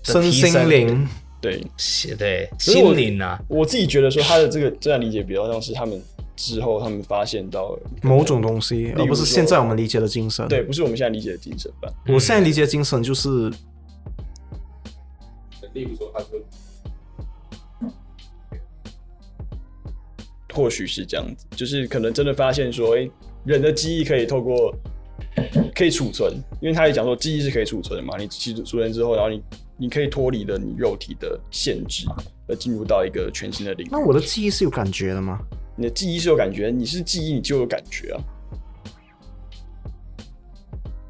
Speaker 3: 的
Speaker 1: 身
Speaker 3: 提
Speaker 1: 心
Speaker 3: 升，
Speaker 1: 灵，
Speaker 2: 对。
Speaker 3: 是对
Speaker 2: 所以我
Speaker 3: 心灵啊，
Speaker 2: 我自己觉得说他的这个这样理解比较像是他们之后他们发现到了
Speaker 1: 某种东西，
Speaker 2: 如
Speaker 1: 而不是
Speaker 2: 说
Speaker 1: 现在我们理解的精神。
Speaker 2: 对，，不是我们现在理解的精神吧？
Speaker 1: 我现在理解的精神就是
Speaker 4: 例如说他说
Speaker 2: 或许是这样子，就是可能真的发现说，哎、人的记忆可以透过可以储存，因为他也讲说记忆是可以储存的嘛，你储储存之后，然后你你可以脱离了你肉体的限制，而进入到一个全新的领域。
Speaker 1: 那我的记忆是有感觉的吗？
Speaker 2: 你的记忆是有感觉，你是记忆你就有感觉啊。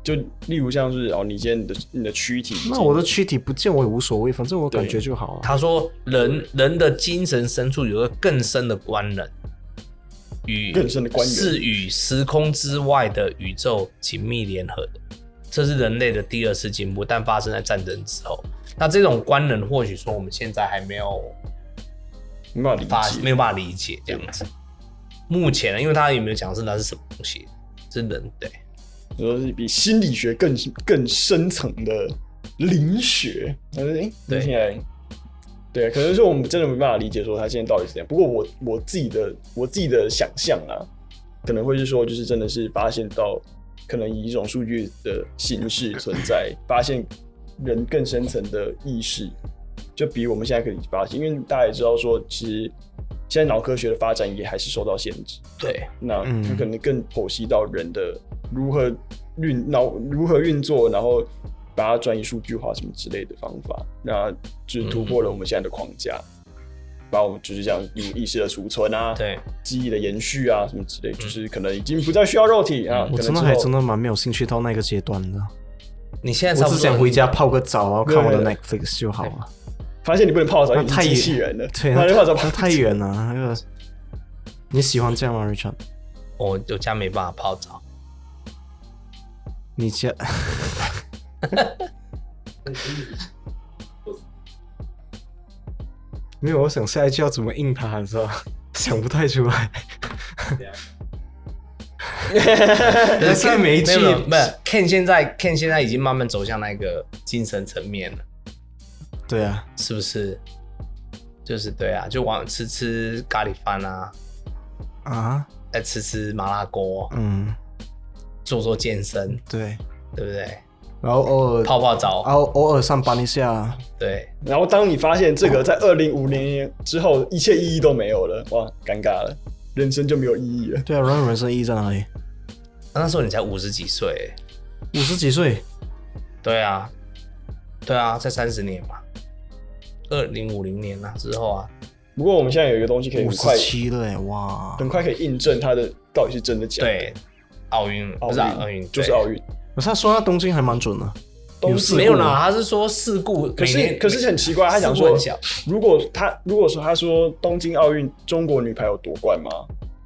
Speaker 2: 就例如像是哦，你今天你的你的躯体已经，
Speaker 1: 那我的躯体不见我也无所谓，反正我感
Speaker 2: 对
Speaker 1: 觉就好啊了。
Speaker 3: 他说人人的精神深处有个更深的观能，与
Speaker 2: 更深的观缘
Speaker 3: 是与时空之外的宇宙紧密联合的。这是人类的第二次进步，但发生在战争之后。那这种观能，或许说我们现在还没有
Speaker 2: 没办
Speaker 3: 发
Speaker 2: 法理
Speaker 3: 没
Speaker 2: 解，
Speaker 3: 有办法理解这样子。目前啊呢，因为他也没有讲是那是什么东西，是人对。
Speaker 2: 你说是比心理学更更深层的灵学，但是哎，
Speaker 3: 对
Speaker 2: 听起来，对，可能是我们真的没办法理解说他现在到底是怎样。不过我我自己的我自己的想象啊，可能会是说，就是真的是发现到可能以一种数据的形式存在，发现人更深层的意识，就比我们现在可以发现，因为大家也知道说，其实现在脑科学的发展也还是受到限制。
Speaker 3: 对，
Speaker 2: 那
Speaker 1: 嗯
Speaker 2: 它可能更剖析到人的如何运脑如何运作，然后把它转移数据化什么之类的方法，那就是突破了我们现在的框架，把我们就是这样意识的储存啊，
Speaker 3: 对，
Speaker 2: 记忆的延续啊什么之类，就是可能已经不再需要肉体啊，
Speaker 1: 嗯我
Speaker 2: 可
Speaker 1: 真
Speaker 2: 能
Speaker 1: 的
Speaker 2: 之
Speaker 1: 还
Speaker 2: 后
Speaker 1: 真的蛮没有兴趣到那个阶段的，
Speaker 3: 你现在
Speaker 1: 我
Speaker 3: 差不
Speaker 1: 只
Speaker 3: 多
Speaker 1: 想回家泡个澡，然后看我的
Speaker 2: 对
Speaker 1: Netflix 就好了。
Speaker 2: 发现你不能泡澡，
Speaker 1: 那
Speaker 2: 已
Speaker 1: 太
Speaker 2: 经机器
Speaker 1: 远
Speaker 2: 人了，
Speaker 1: 对，
Speaker 2: 那
Speaker 1: 哎那
Speaker 2: 就泡澡
Speaker 1: 那太远了。那个你喜欢这样吗，Richard？
Speaker 3: 我我家没办法泡澡，
Speaker 1: 你家 没有，我想下一句要怎么应他，你知道吗？ 想不太出来。
Speaker 3: 但
Speaker 1: 现在没
Speaker 3: 有
Speaker 1: 去
Speaker 3: 没有，不是 Ken 现在 Ken 现在已经慢慢走向那个精神层面了，
Speaker 1: 对啊，
Speaker 3: 是不是？就是对啊，就往吃吃咖喱饭啊，
Speaker 1: 啊，
Speaker 3: 再吃吃麻辣锅，
Speaker 1: 嗯，
Speaker 3: 做做健身，
Speaker 1: 对。
Speaker 3: 对不对？
Speaker 1: 然后偶尔，
Speaker 3: 泡泡澡，
Speaker 2: 哦
Speaker 1: 然后偶尔上班一下，
Speaker 3: 对，
Speaker 2: 然后当你发现这个在二零五零年之后一切意义都没有了，哇，尴尬了，人生就没有意义了。
Speaker 1: 对啊，然后人生意义在哪里？
Speaker 3: 那那时候你才五十几岁欸，
Speaker 1: 五十几岁，
Speaker 3: 对啊，对啊，在三十年嘛，二零五零年啊之后啊，
Speaker 2: 不过我们现在有一个东西可以
Speaker 1: 五
Speaker 2: 很
Speaker 1: 十
Speaker 2: 快
Speaker 1: 七了哎，哇！
Speaker 2: 很快可以印证它的到底是真的假的。
Speaker 3: 对，奥运
Speaker 2: 奥
Speaker 3: 不
Speaker 2: 运
Speaker 3: 是啊奥运，
Speaker 2: 就是
Speaker 3: 对
Speaker 2: 奥运。
Speaker 1: 我他说他东京还蛮准的，
Speaker 2: 东
Speaker 3: 没有啦，他是说事故，
Speaker 2: 可
Speaker 3: 每
Speaker 2: 是
Speaker 3: 年
Speaker 2: 可是很奇怪，他想
Speaker 3: 事故
Speaker 2: 说
Speaker 3: 很小，
Speaker 2: 如果他如果说他说东京奥运中国女排有夺冠吗？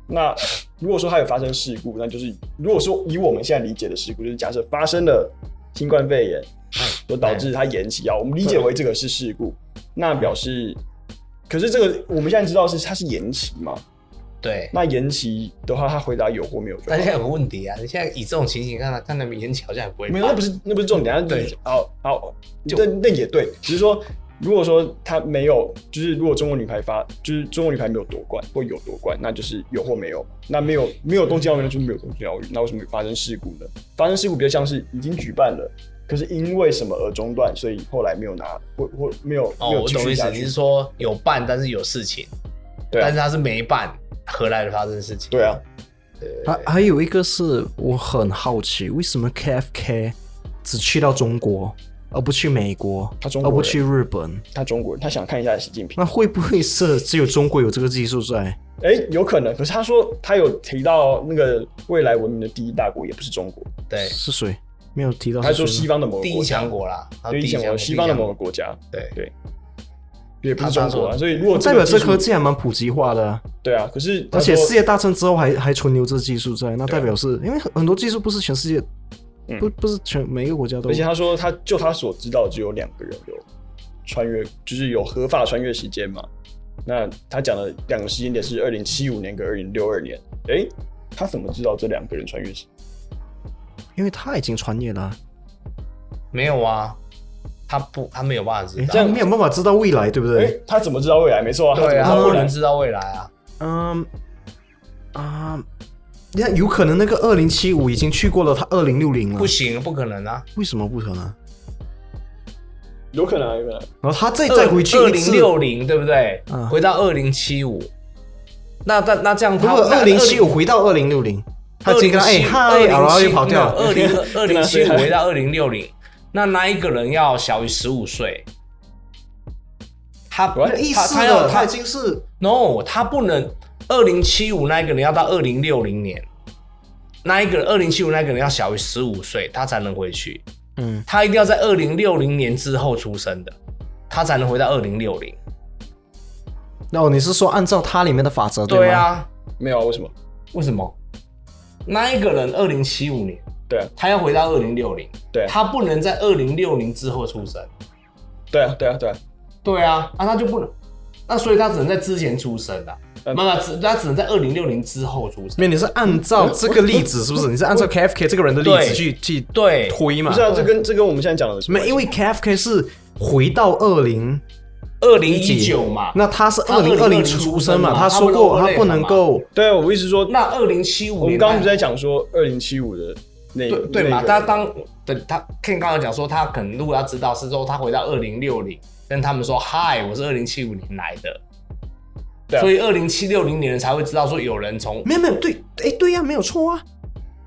Speaker 2: 那如果说它有发生事故，那就是如果说以我们现在理解的事故，就是假设发生了新冠肺炎，
Speaker 3: 嗯
Speaker 2: 就导致它延期啊，我们理解为这个是事故，那表示，可是这个我们现在知道是它是延期嘛？
Speaker 3: 对。
Speaker 2: 那延期的话，他回答有或没有就好
Speaker 3: 但现在有个问题啊，你现在以这种情形看来，看他们演起好像也不会
Speaker 2: 没有，那不
Speaker 3: 是
Speaker 2: 是那不是重点，那就是
Speaker 3: 对
Speaker 2: 好好，那那也对，只是说，如果说他没有，就是如果中国女排发，就是中国女排没有夺冠或有夺冠，那就是有或没有，那没有没有东京奥运那就是没有东京奥运，那为什么会发生事故呢？发生事故比较像是已经举办了，可是因为什么而中断，所以后来没有拿或或没有
Speaker 3: 哦
Speaker 2: 没，有
Speaker 3: 我
Speaker 2: 继
Speaker 3: 懂
Speaker 2: 续
Speaker 3: 意思
Speaker 2: 下，
Speaker 3: 你
Speaker 2: 去
Speaker 3: 是。说有办，但是有事情，
Speaker 2: 对
Speaker 3: 但
Speaker 2: 啊
Speaker 3: 是，他是没办，何来的发生事情？
Speaker 2: 对啊，
Speaker 1: 还还有一个是我很好奇，为什么 KFK 只去到中国，而不去美国，
Speaker 2: 他中
Speaker 1: 而
Speaker 2: 国
Speaker 1: 不
Speaker 2: 人
Speaker 1: 去日本？
Speaker 2: 他中国人，他想看一下习近平。
Speaker 1: 那会不会是只有中国有这个技术在？
Speaker 2: 哎、有可能，可是他说他有提到那个未来文明的第一大国也不是中国，
Speaker 3: 对，
Speaker 1: 是谁？没有提到
Speaker 2: 他
Speaker 1: 是谁
Speaker 2: 说
Speaker 1: 吗。
Speaker 2: 西方的某个
Speaker 3: 第一
Speaker 2: 国家
Speaker 3: 强国啦，他
Speaker 2: 对，
Speaker 3: 第
Speaker 2: 以
Speaker 3: 一
Speaker 2: 前
Speaker 3: 强
Speaker 2: 我
Speaker 3: 国，
Speaker 2: 西方的某个
Speaker 3: 第
Speaker 2: 国家，
Speaker 3: 一强国，对
Speaker 2: 对，也不是
Speaker 3: 他
Speaker 2: 中国
Speaker 3: 他
Speaker 2: 啊，
Speaker 3: 说
Speaker 2: 所以如果
Speaker 1: 代表这
Speaker 2: 个
Speaker 1: 科
Speaker 2: 技术
Speaker 1: 技还蛮普及化的啊、
Speaker 2: 对啊，可是他
Speaker 1: 而且
Speaker 2: 说
Speaker 1: 世界大战之后还还存留这技术在，那
Speaker 2: 对啊
Speaker 1: 代表是因为很很多技术不是全世界，
Speaker 2: 嗯
Speaker 1: 不不是全每一个国家都
Speaker 2: 而且他说他就他所知道只有两个人有穿越，就是有合法穿越时间嘛。那他讲的两个时间点是二零七五年跟二零六二年，诶，他怎么知道这两个人穿越时？
Speaker 1: 因为他已经穿越了啊，
Speaker 3: 没有啊，他不，他没有办法知
Speaker 1: 诶
Speaker 3: 道，
Speaker 1: 他没有办法知道未来，对不
Speaker 2: 诶，
Speaker 3: 哎
Speaker 1: 对？
Speaker 2: 他怎么知道未来？没错啊，他怎
Speaker 3: 对
Speaker 2: 么
Speaker 3: 啊，
Speaker 2: 知
Speaker 3: 他
Speaker 2: 道
Speaker 3: 不
Speaker 2: 未来
Speaker 3: 能？知道未来啊，
Speaker 1: 嗯啊，那、有可能那个二零七五已经去过了，他二零六零了
Speaker 3: 不，行，不可能啊，
Speaker 1: 为什么不可能？
Speaker 2: 有可能啊，有可能啊。
Speaker 1: 然后他再再回去
Speaker 3: 二
Speaker 1: 一
Speaker 3: 零
Speaker 1: 次，
Speaker 3: 六零，对不对？
Speaker 1: 嗯
Speaker 3: 回到二零七五，那那那这样
Speaker 1: 如
Speaker 3: 他
Speaker 1: 果二零七
Speaker 3: 五。
Speaker 1: 五回到二零六零，他直接跟他哎嗨，然后又跑掉了。
Speaker 3: 二零二
Speaker 2: 跟
Speaker 3: 零
Speaker 2: 他
Speaker 3: 七
Speaker 2: 说
Speaker 3: 五回到二零六零，那那一个人要小于十五岁，他
Speaker 2: 我
Speaker 1: 有意
Speaker 3: 他
Speaker 1: 思
Speaker 3: 他要
Speaker 1: 了，他
Speaker 3: 他
Speaker 1: 已经是
Speaker 3: no，他不能二零七五那一个人要到二零六零年，那一个人二零七五那个人要小于十五岁，他才能回去。
Speaker 1: 嗯
Speaker 3: 他一定要在二零六零年之后出生的，他才能回到二零六零。
Speaker 1: 那、哦你是说按照它里面的法则对吗？
Speaker 3: 对，啊，
Speaker 2: 没有啊？为什么？
Speaker 3: 为什么？那一个人二零七五年，
Speaker 2: 对啊，
Speaker 3: 他要回到二零六零，
Speaker 2: 对啊，
Speaker 3: 他不能在二零六零之后出生。
Speaker 2: 对啊，对啊，对啊。
Speaker 3: 对啊，那、他就不能，那所以他只能在之前出生的、啊，
Speaker 2: 嗯
Speaker 3: 没有，只他只能在二零六零之后出生。
Speaker 1: 没有，你是按照这个例子是不是？你是按照 KFK 这个人的例子
Speaker 3: 对
Speaker 1: 去去
Speaker 3: 对
Speaker 1: 推嘛？
Speaker 2: 不是啊，这跟这跟我们现在讲的有什么
Speaker 1: 没有，
Speaker 2: 关系？
Speaker 1: 因为 KFK 是回到二零，
Speaker 3: 二零一九嘛，
Speaker 1: 那他是
Speaker 3: 他
Speaker 1: 二零二零
Speaker 3: 2020
Speaker 1: 出生嘛，
Speaker 3: 出生嘛
Speaker 1: 他说过
Speaker 3: 他
Speaker 1: 他
Speaker 3: 不
Speaker 1: 不能够，
Speaker 2: 对啊，我意思说，
Speaker 3: 那二零七五
Speaker 2: 我们
Speaker 3: 年
Speaker 2: 刚刚
Speaker 3: 那
Speaker 2: 不是在讲说二零七五的那
Speaker 3: 对对
Speaker 2: 那
Speaker 3: 嘛？
Speaker 2: 个
Speaker 3: 他当等他 Ken 刚刚讲说，他可能如果要知道是说他回到二零六零，跟他们说嗨，我是二零七五年来的，
Speaker 2: 对啊
Speaker 3: 所以二零七六零年才会知道说有人从
Speaker 1: 没有没有对，哎对呀、没有错啊，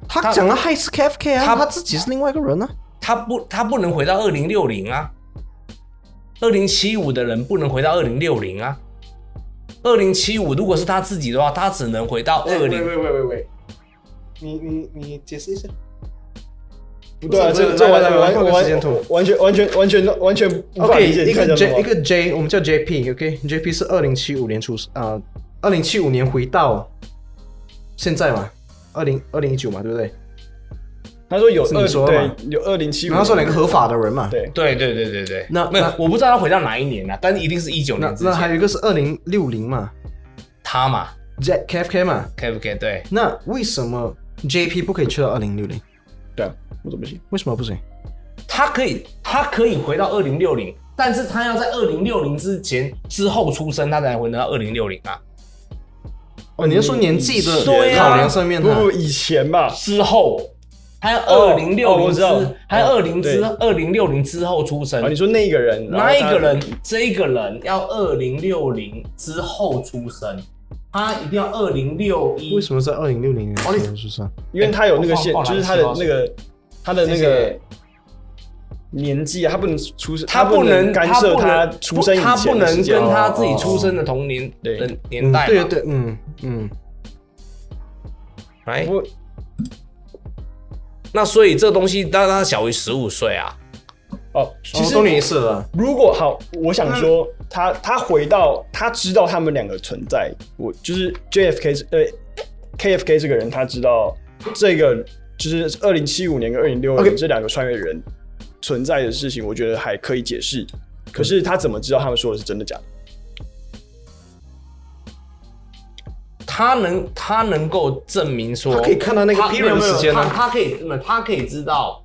Speaker 1: 他
Speaker 3: 他
Speaker 1: 讲的害是 KFK 啊，
Speaker 3: 他
Speaker 1: 他自己是另外一个人啊，
Speaker 3: 他不他不能回到二零六零啊，二零七五的人不能回到二零六零啊。二零七五，如果是他自己的话，他只能回到二零
Speaker 4: 喂喂喂喂，你你你解释一下，
Speaker 2: 不对啊，
Speaker 1: 不是
Speaker 2: 这
Speaker 1: 不是
Speaker 2: 这完
Speaker 1: 来来来
Speaker 2: 完
Speaker 1: 换个
Speaker 2: 完
Speaker 1: 时间图
Speaker 2: 完全完全完全完全无法
Speaker 1: OK，
Speaker 2: 理解
Speaker 1: 一
Speaker 2: 你在
Speaker 1: 个
Speaker 2: 讲什
Speaker 1: J 一
Speaker 2: 么。
Speaker 1: 个 J，我们叫 JP，OK，JP、是二零七五年出生啊，二零七五年回到现在嘛，二零二零一九嘛，对不对？
Speaker 2: 他说有
Speaker 1: 是你说
Speaker 2: 二
Speaker 1: 的
Speaker 2: 对
Speaker 1: 嘛
Speaker 2: 有二零七五，
Speaker 1: 然后他说两个合法的人嘛，
Speaker 2: 对
Speaker 3: 对对对对对，
Speaker 1: 那
Speaker 3: 没有
Speaker 1: 那，
Speaker 3: 我不知道他回到哪一年啊，但是一定是一九
Speaker 1: 那
Speaker 3: 年之
Speaker 1: 那还
Speaker 3: 前。
Speaker 1: 有一个是二零六零嘛
Speaker 3: 他嘛
Speaker 1: ，J KFK 嘛，
Speaker 3: ，K 不 K？对，
Speaker 1: 那为什么 JP 不可以去到二零六零？
Speaker 2: 对啊，我怎么行？
Speaker 1: 为什么不行？
Speaker 3: 他可以，他可以回到二零六零，但是他要在二零六零之前之后出生，他才能回到二零六零啊。
Speaker 1: 哦，你是说年纪的
Speaker 3: 对啊
Speaker 1: 考量上面
Speaker 2: 不
Speaker 1: 呢？
Speaker 2: 不，以前嘛，
Speaker 3: 之后，他要
Speaker 2: 哦
Speaker 3: 二零六
Speaker 2: 哦我
Speaker 3: 零
Speaker 2: 知
Speaker 3: 之
Speaker 2: 道，
Speaker 3: 还有
Speaker 2: 哦
Speaker 3: 二零之
Speaker 2: 对
Speaker 3: 二零六零之后出生
Speaker 2: 啊，你。说那一个人，然后
Speaker 3: 那一
Speaker 2: 他
Speaker 3: 个人，这一个人要二零六零之后出生，他一定要二零六一。
Speaker 1: 为什么在二零六零年
Speaker 3: 哦你
Speaker 1: 出生？
Speaker 2: 因为他有那个
Speaker 3: 哎
Speaker 2: 限
Speaker 1: 哦
Speaker 3: 我，忘
Speaker 2: 就
Speaker 3: 了
Speaker 2: 是他的
Speaker 3: 忘了
Speaker 2: 那个他的那
Speaker 3: 谢
Speaker 2: 个
Speaker 3: 谢
Speaker 2: 年纪啊，他不能出生，
Speaker 3: 他
Speaker 2: 不
Speaker 3: 不能
Speaker 2: 干涉他
Speaker 3: 他不能
Speaker 2: 出生以
Speaker 3: 他不
Speaker 2: 前的时
Speaker 3: 能
Speaker 2: 间
Speaker 3: 跟
Speaker 2: 哦
Speaker 3: 他自己出生的同年
Speaker 2: 对
Speaker 3: 的年
Speaker 1: 嗯，
Speaker 3: 代嘛。
Speaker 1: 对对，嗯嗯，
Speaker 3: 哎，
Speaker 2: 不
Speaker 3: 那所以这个东西，当然他小于十五岁啊。
Speaker 2: 哦，其实
Speaker 1: 哦懂你意思了。
Speaker 2: 如果好，我想说，他他回到他知道他们两个存在，我就是 JFK 呃 KFK 这个人，他知道这个就是二零七五年跟二零六零
Speaker 1: OK
Speaker 2: 这两个穿越人存在的事情，我觉得还可以解释。可是他怎么知道他们说的是真的假的？
Speaker 3: 他能他能够证明说，
Speaker 1: 他可以看到那个
Speaker 3: 他
Speaker 1: period
Speaker 3: 没有没有
Speaker 1: 时间啊
Speaker 3: 他他可以那么他可以知道。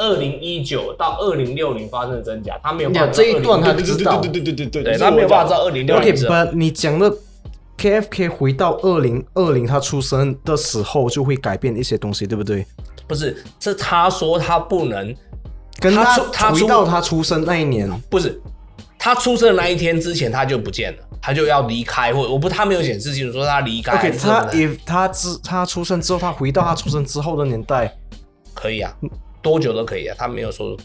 Speaker 3: 二零一九到二零六零发生的真假，他没有办法
Speaker 1: 呀
Speaker 3: 知道
Speaker 1: 这一段
Speaker 3: 2060
Speaker 1: 他
Speaker 2: 对
Speaker 1: 知道
Speaker 2: 对对对对对这
Speaker 3: 对
Speaker 2: 是
Speaker 3: 他没有
Speaker 2: 我讲
Speaker 3: 办法知道2060
Speaker 1: OK，
Speaker 3: 是
Speaker 1: 把你讲的 KFK 回到二零二零他出生的时候就会改变一些东西，对不对？
Speaker 3: 不是是他说他不能，
Speaker 1: 跟
Speaker 3: 他出他
Speaker 1: 回
Speaker 3: 出
Speaker 1: 到他出生那一年，
Speaker 3: 不是他出生的那一天之前他就不见了，他就要离开，或我不他没有显示清楚说他离开
Speaker 1: OK，
Speaker 3: 还是什么
Speaker 1: 他
Speaker 3: 的
Speaker 1: if 他之他出生之后，他回到他出生之后的年代，
Speaker 3: 可以啊，多久都可以啊，他没有说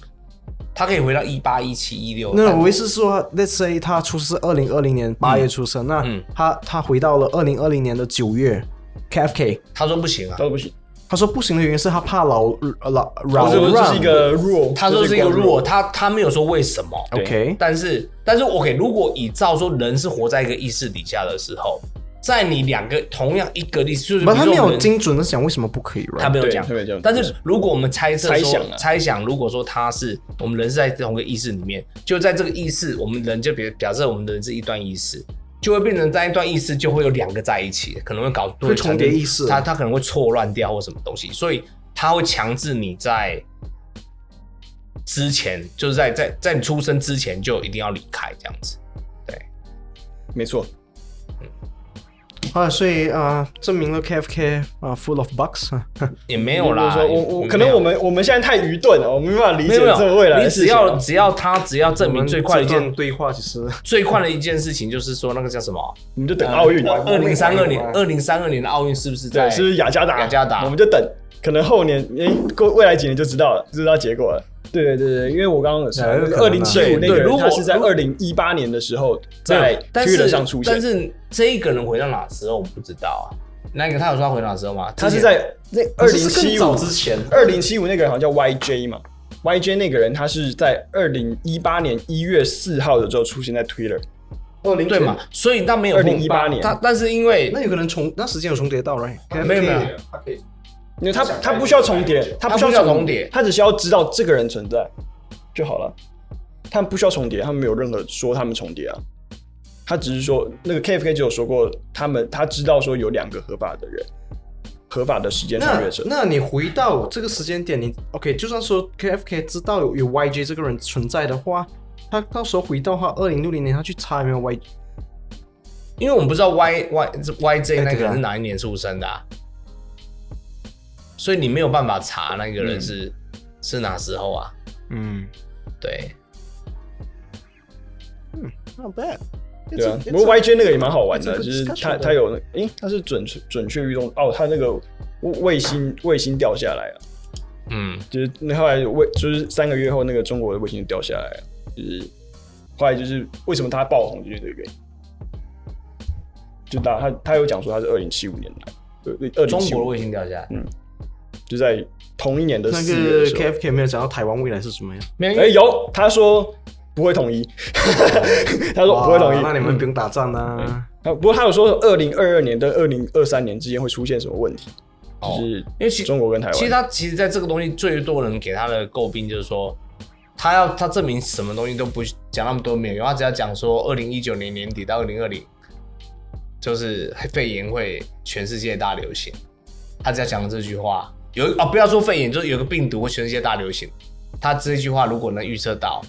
Speaker 3: 他可以回到一八一七一六，啊
Speaker 1: 那
Speaker 3: 但
Speaker 1: 我意思是说，Let's say 他出生二零二零年八月出生，那
Speaker 3: 嗯
Speaker 1: 他他回到了二零二零年的九月，KFK，
Speaker 3: 他说不行啊
Speaker 2: 他，说不行，
Speaker 1: 他说不行的原因是他怕老老
Speaker 2: 不
Speaker 1: 扰
Speaker 2: 是不是这
Speaker 1: 乱
Speaker 2: 是一个 rule，
Speaker 3: 他说
Speaker 2: 这
Speaker 3: 是一个弱，他他没有说为什么，
Speaker 1: ，OK，
Speaker 3: 但是，但是，OK，如果以照说人是活在一个意识底下的时候，在你两个同样一个意识，就是比
Speaker 1: 不，
Speaker 3: 如
Speaker 1: 他
Speaker 3: 说
Speaker 1: 没
Speaker 3: 我
Speaker 1: 有
Speaker 3: 们
Speaker 1: 精准的讲为什么不可以
Speaker 3: 他
Speaker 1: ，right？
Speaker 3: 没有
Speaker 2: 嗯对
Speaker 3: 讲
Speaker 2: 他没有讲，
Speaker 3: 但是如果我们猜测说
Speaker 2: 猜想啊
Speaker 3: 猜想，如果说他是我们人是在同一个意识里面，就在这个意识，我们人就比假设我们人是一段意识，就会变成在一段意识就会有两个在一起，可能会搞
Speaker 1: 会重叠意识
Speaker 3: 它它可能会错乱掉或什么东西，所以它会强制你在之前，就是在在在你出生之前就一定要离开这样子。
Speaker 2: 没错，
Speaker 1: 啊，所以啊，证明了 KFK 啊，full of bugs 啊。
Speaker 3: 也没有啦，
Speaker 2: 就是说我我可能我们我们现在太愚钝了，我们没办法理解
Speaker 3: 没有没有
Speaker 2: 这未来
Speaker 3: 你
Speaker 2: 的
Speaker 3: 只
Speaker 2: 事情。啊
Speaker 3: 要只要他只要证
Speaker 1: 我
Speaker 3: 明
Speaker 1: 们
Speaker 3: 最快的一
Speaker 1: 这段
Speaker 3: 件
Speaker 1: 对话其实
Speaker 3: 最快的一件事情就是说那个叫什么啊
Speaker 2: 我们就等奥运，啊
Speaker 3: 二零三二年二零三二年的奥运是不是在
Speaker 2: 对，是不是雅加达？
Speaker 3: 雅加达
Speaker 2: 我们就等，可能后年诶，过未来几年就知道了，知道结果了。对对对对，因为我刚刚有说
Speaker 1: 哪有可能啊
Speaker 2: 二零七五那个
Speaker 3: 对对
Speaker 2: 人，
Speaker 3: 如果
Speaker 2: 他是在二零一八年的时候在
Speaker 3: 但
Speaker 2: Twitter
Speaker 3: 是
Speaker 2: 上出现
Speaker 3: 但，是这一个人回到哪时候我们不知道啊。那个他有说他回哪时候吗？
Speaker 2: 他是
Speaker 3: 之前
Speaker 2: 在那
Speaker 1: 可
Speaker 2: 二零
Speaker 1: 是是更
Speaker 2: 七
Speaker 1: 早
Speaker 2: 五
Speaker 1: 之前，
Speaker 2: 二零七五那个人好像叫 YJ 嘛，YJ 那个人他是在二零一八年一月四号的时候出现在 Twitter，
Speaker 1: 二零
Speaker 3: 对嘛？？所以他没有
Speaker 2: 2018
Speaker 3: 碰
Speaker 2: 年
Speaker 3: 他但是因为
Speaker 1: 那有可能重那时间有重叠到 right？
Speaker 3: 没有没有
Speaker 4: 他可以，他可以
Speaker 2: 因为他他不需要重叠，他不需要
Speaker 3: 他不需要重叠
Speaker 2: 他只需要知道这个人存在就好了。他们不需要重叠，他们没有任何说他们重叠啊。他只是说那个 KFK 只有说过，他们他知道说有两个合法的人，合法的时间穿
Speaker 1: 那
Speaker 2: 越者。
Speaker 1: 那你回到这个时间点，你 OK？就算说 KFK 知道有有 YJ 这个人存在的话，他到时候回到他二零六零年，他去查有没有 YJ，
Speaker 3: 因为我们不知道 Y Y Y J 那
Speaker 1: 哎对
Speaker 3: 个人
Speaker 1: 啊
Speaker 3: 是哪一年出生的、啊，所以你没有办法查那个人是、
Speaker 2: 嗯
Speaker 3: 是哪时候啊？
Speaker 1: 嗯
Speaker 3: 对，
Speaker 1: ，Not bad。
Speaker 2: 对啊，不过 YJ 那个也蛮好玩的，
Speaker 1: it's a
Speaker 2: 就
Speaker 1: good
Speaker 2: 是他
Speaker 1: discussion
Speaker 2: 他有那，诶、他是准准确运动哦，他那个卫星卫星掉下来了，啊
Speaker 3: 嗯，
Speaker 2: 就是那后来有卫就是三个月后那个中国的卫星就掉下来了，就是后来就是为什么他爆红就是这个原因，就大他他有讲说他是二零七五年来，对，二零
Speaker 3: 中
Speaker 2: 七
Speaker 3: 国的
Speaker 2: 五
Speaker 3: 卫星掉下来，
Speaker 2: 就在同一年的
Speaker 1: 那
Speaker 2: 四月的
Speaker 1: 个
Speaker 2: 时候，
Speaker 1: KFK 没有讲到台湾未来是什么样，
Speaker 3: 没有，因
Speaker 2: 哎、
Speaker 3: 为
Speaker 2: 有他说不会统一，他说不会统一，
Speaker 1: 哇那你们不用打仗啦。
Speaker 2: 啊，不过他有说二零二二年跟二零二三年之间会出现什么问题，
Speaker 3: 哦因
Speaker 2: 就
Speaker 3: 为其
Speaker 2: 是中国跟台湾。
Speaker 3: 其实他其实在这个东西最多人给他的诟病就是说，他要他证明什么东西都不讲那么多没有用，他只要讲说二零一九年年底到二零二零，就是肺炎会全世界大流行，他只要讲这句话，有啊、不要说肺炎，就是有个病毒会全世界大流行，他这句话如果能预测到。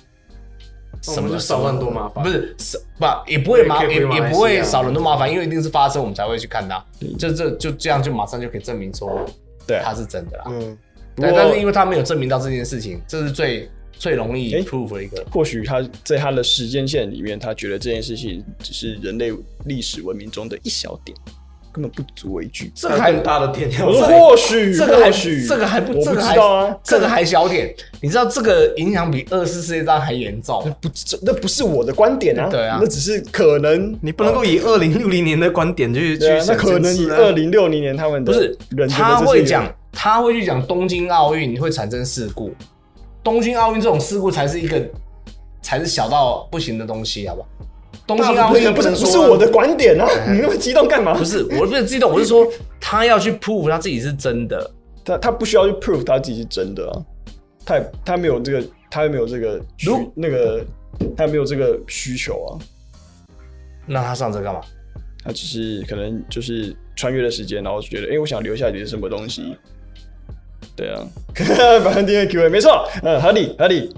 Speaker 1: 那
Speaker 3: 什
Speaker 1: 哦我们
Speaker 3: 么
Speaker 1: 就少
Speaker 3: 什么
Speaker 1: 很多麻烦
Speaker 3: 不是少不也不会麻
Speaker 1: 也可
Speaker 3: 也
Speaker 1: 以回马
Speaker 3: 也
Speaker 1: 来
Speaker 3: 不会
Speaker 1: 西亚
Speaker 3: 少人多麻烦，因为一定是发生我们才会去看它，就这就这样就马上就可以证明说
Speaker 2: 对啊
Speaker 3: 它是真的啦。
Speaker 1: 嗯，
Speaker 3: 对，
Speaker 2: 不过
Speaker 3: 但是因为他没有证明到这件事情，这是最最容易
Speaker 2: 诶
Speaker 3: proof 的一个。
Speaker 2: 或许他在他的时间线里面，他觉得这件事情只是人类历史文明中的一小点，根本不足为惧。
Speaker 3: 这
Speaker 1: 还有更大的天要
Speaker 2: 我说
Speaker 1: 塞。
Speaker 2: 或许，
Speaker 3: 这个还
Speaker 2: 或许
Speaker 3: 这个还不
Speaker 2: 我
Speaker 3: 这
Speaker 2: 不
Speaker 3: 个
Speaker 2: 知
Speaker 3: 还
Speaker 2: 道啊，
Speaker 3: 这个还小点，你知道这个影响比二次世界大战还严重。
Speaker 2: 不这那不是我的观点啊，
Speaker 3: 对啊
Speaker 2: 那只是可能
Speaker 1: 你不能够以二零六零年的观点去
Speaker 2: 对
Speaker 1: 去
Speaker 2: 啊，那
Speaker 1: 想
Speaker 2: 可能
Speaker 1: 你
Speaker 2: 以二零六零年他们的
Speaker 3: 不是
Speaker 2: 人觉得
Speaker 3: 他
Speaker 2: 这是
Speaker 3: 会
Speaker 2: 一个
Speaker 3: 讲，他会去讲东京奥运会产生事故，东京奥运这种事故才是一个才是小到不行的东西，好不好？东京奥
Speaker 2: 不是
Speaker 3: 运
Speaker 2: 不是
Speaker 3: 能
Speaker 2: 不
Speaker 3: 说哎
Speaker 2: 是我的观点啊，你那么激动干嘛？
Speaker 3: 不是，我不是激动，我是说他要去 prove 他自己是真的。
Speaker 2: 他他不需要去 prove 他自己是真的啊，他也他没有这个，他没有这个需
Speaker 3: 如
Speaker 2: 那个，他没有这个需求啊，
Speaker 3: 那他上这干嘛？
Speaker 2: 他只是可能就是穿越的时间，然后觉得，哎、我想留下点 什么东西。对啊，反正订阅 Q&A 没错，嗯，合理合理。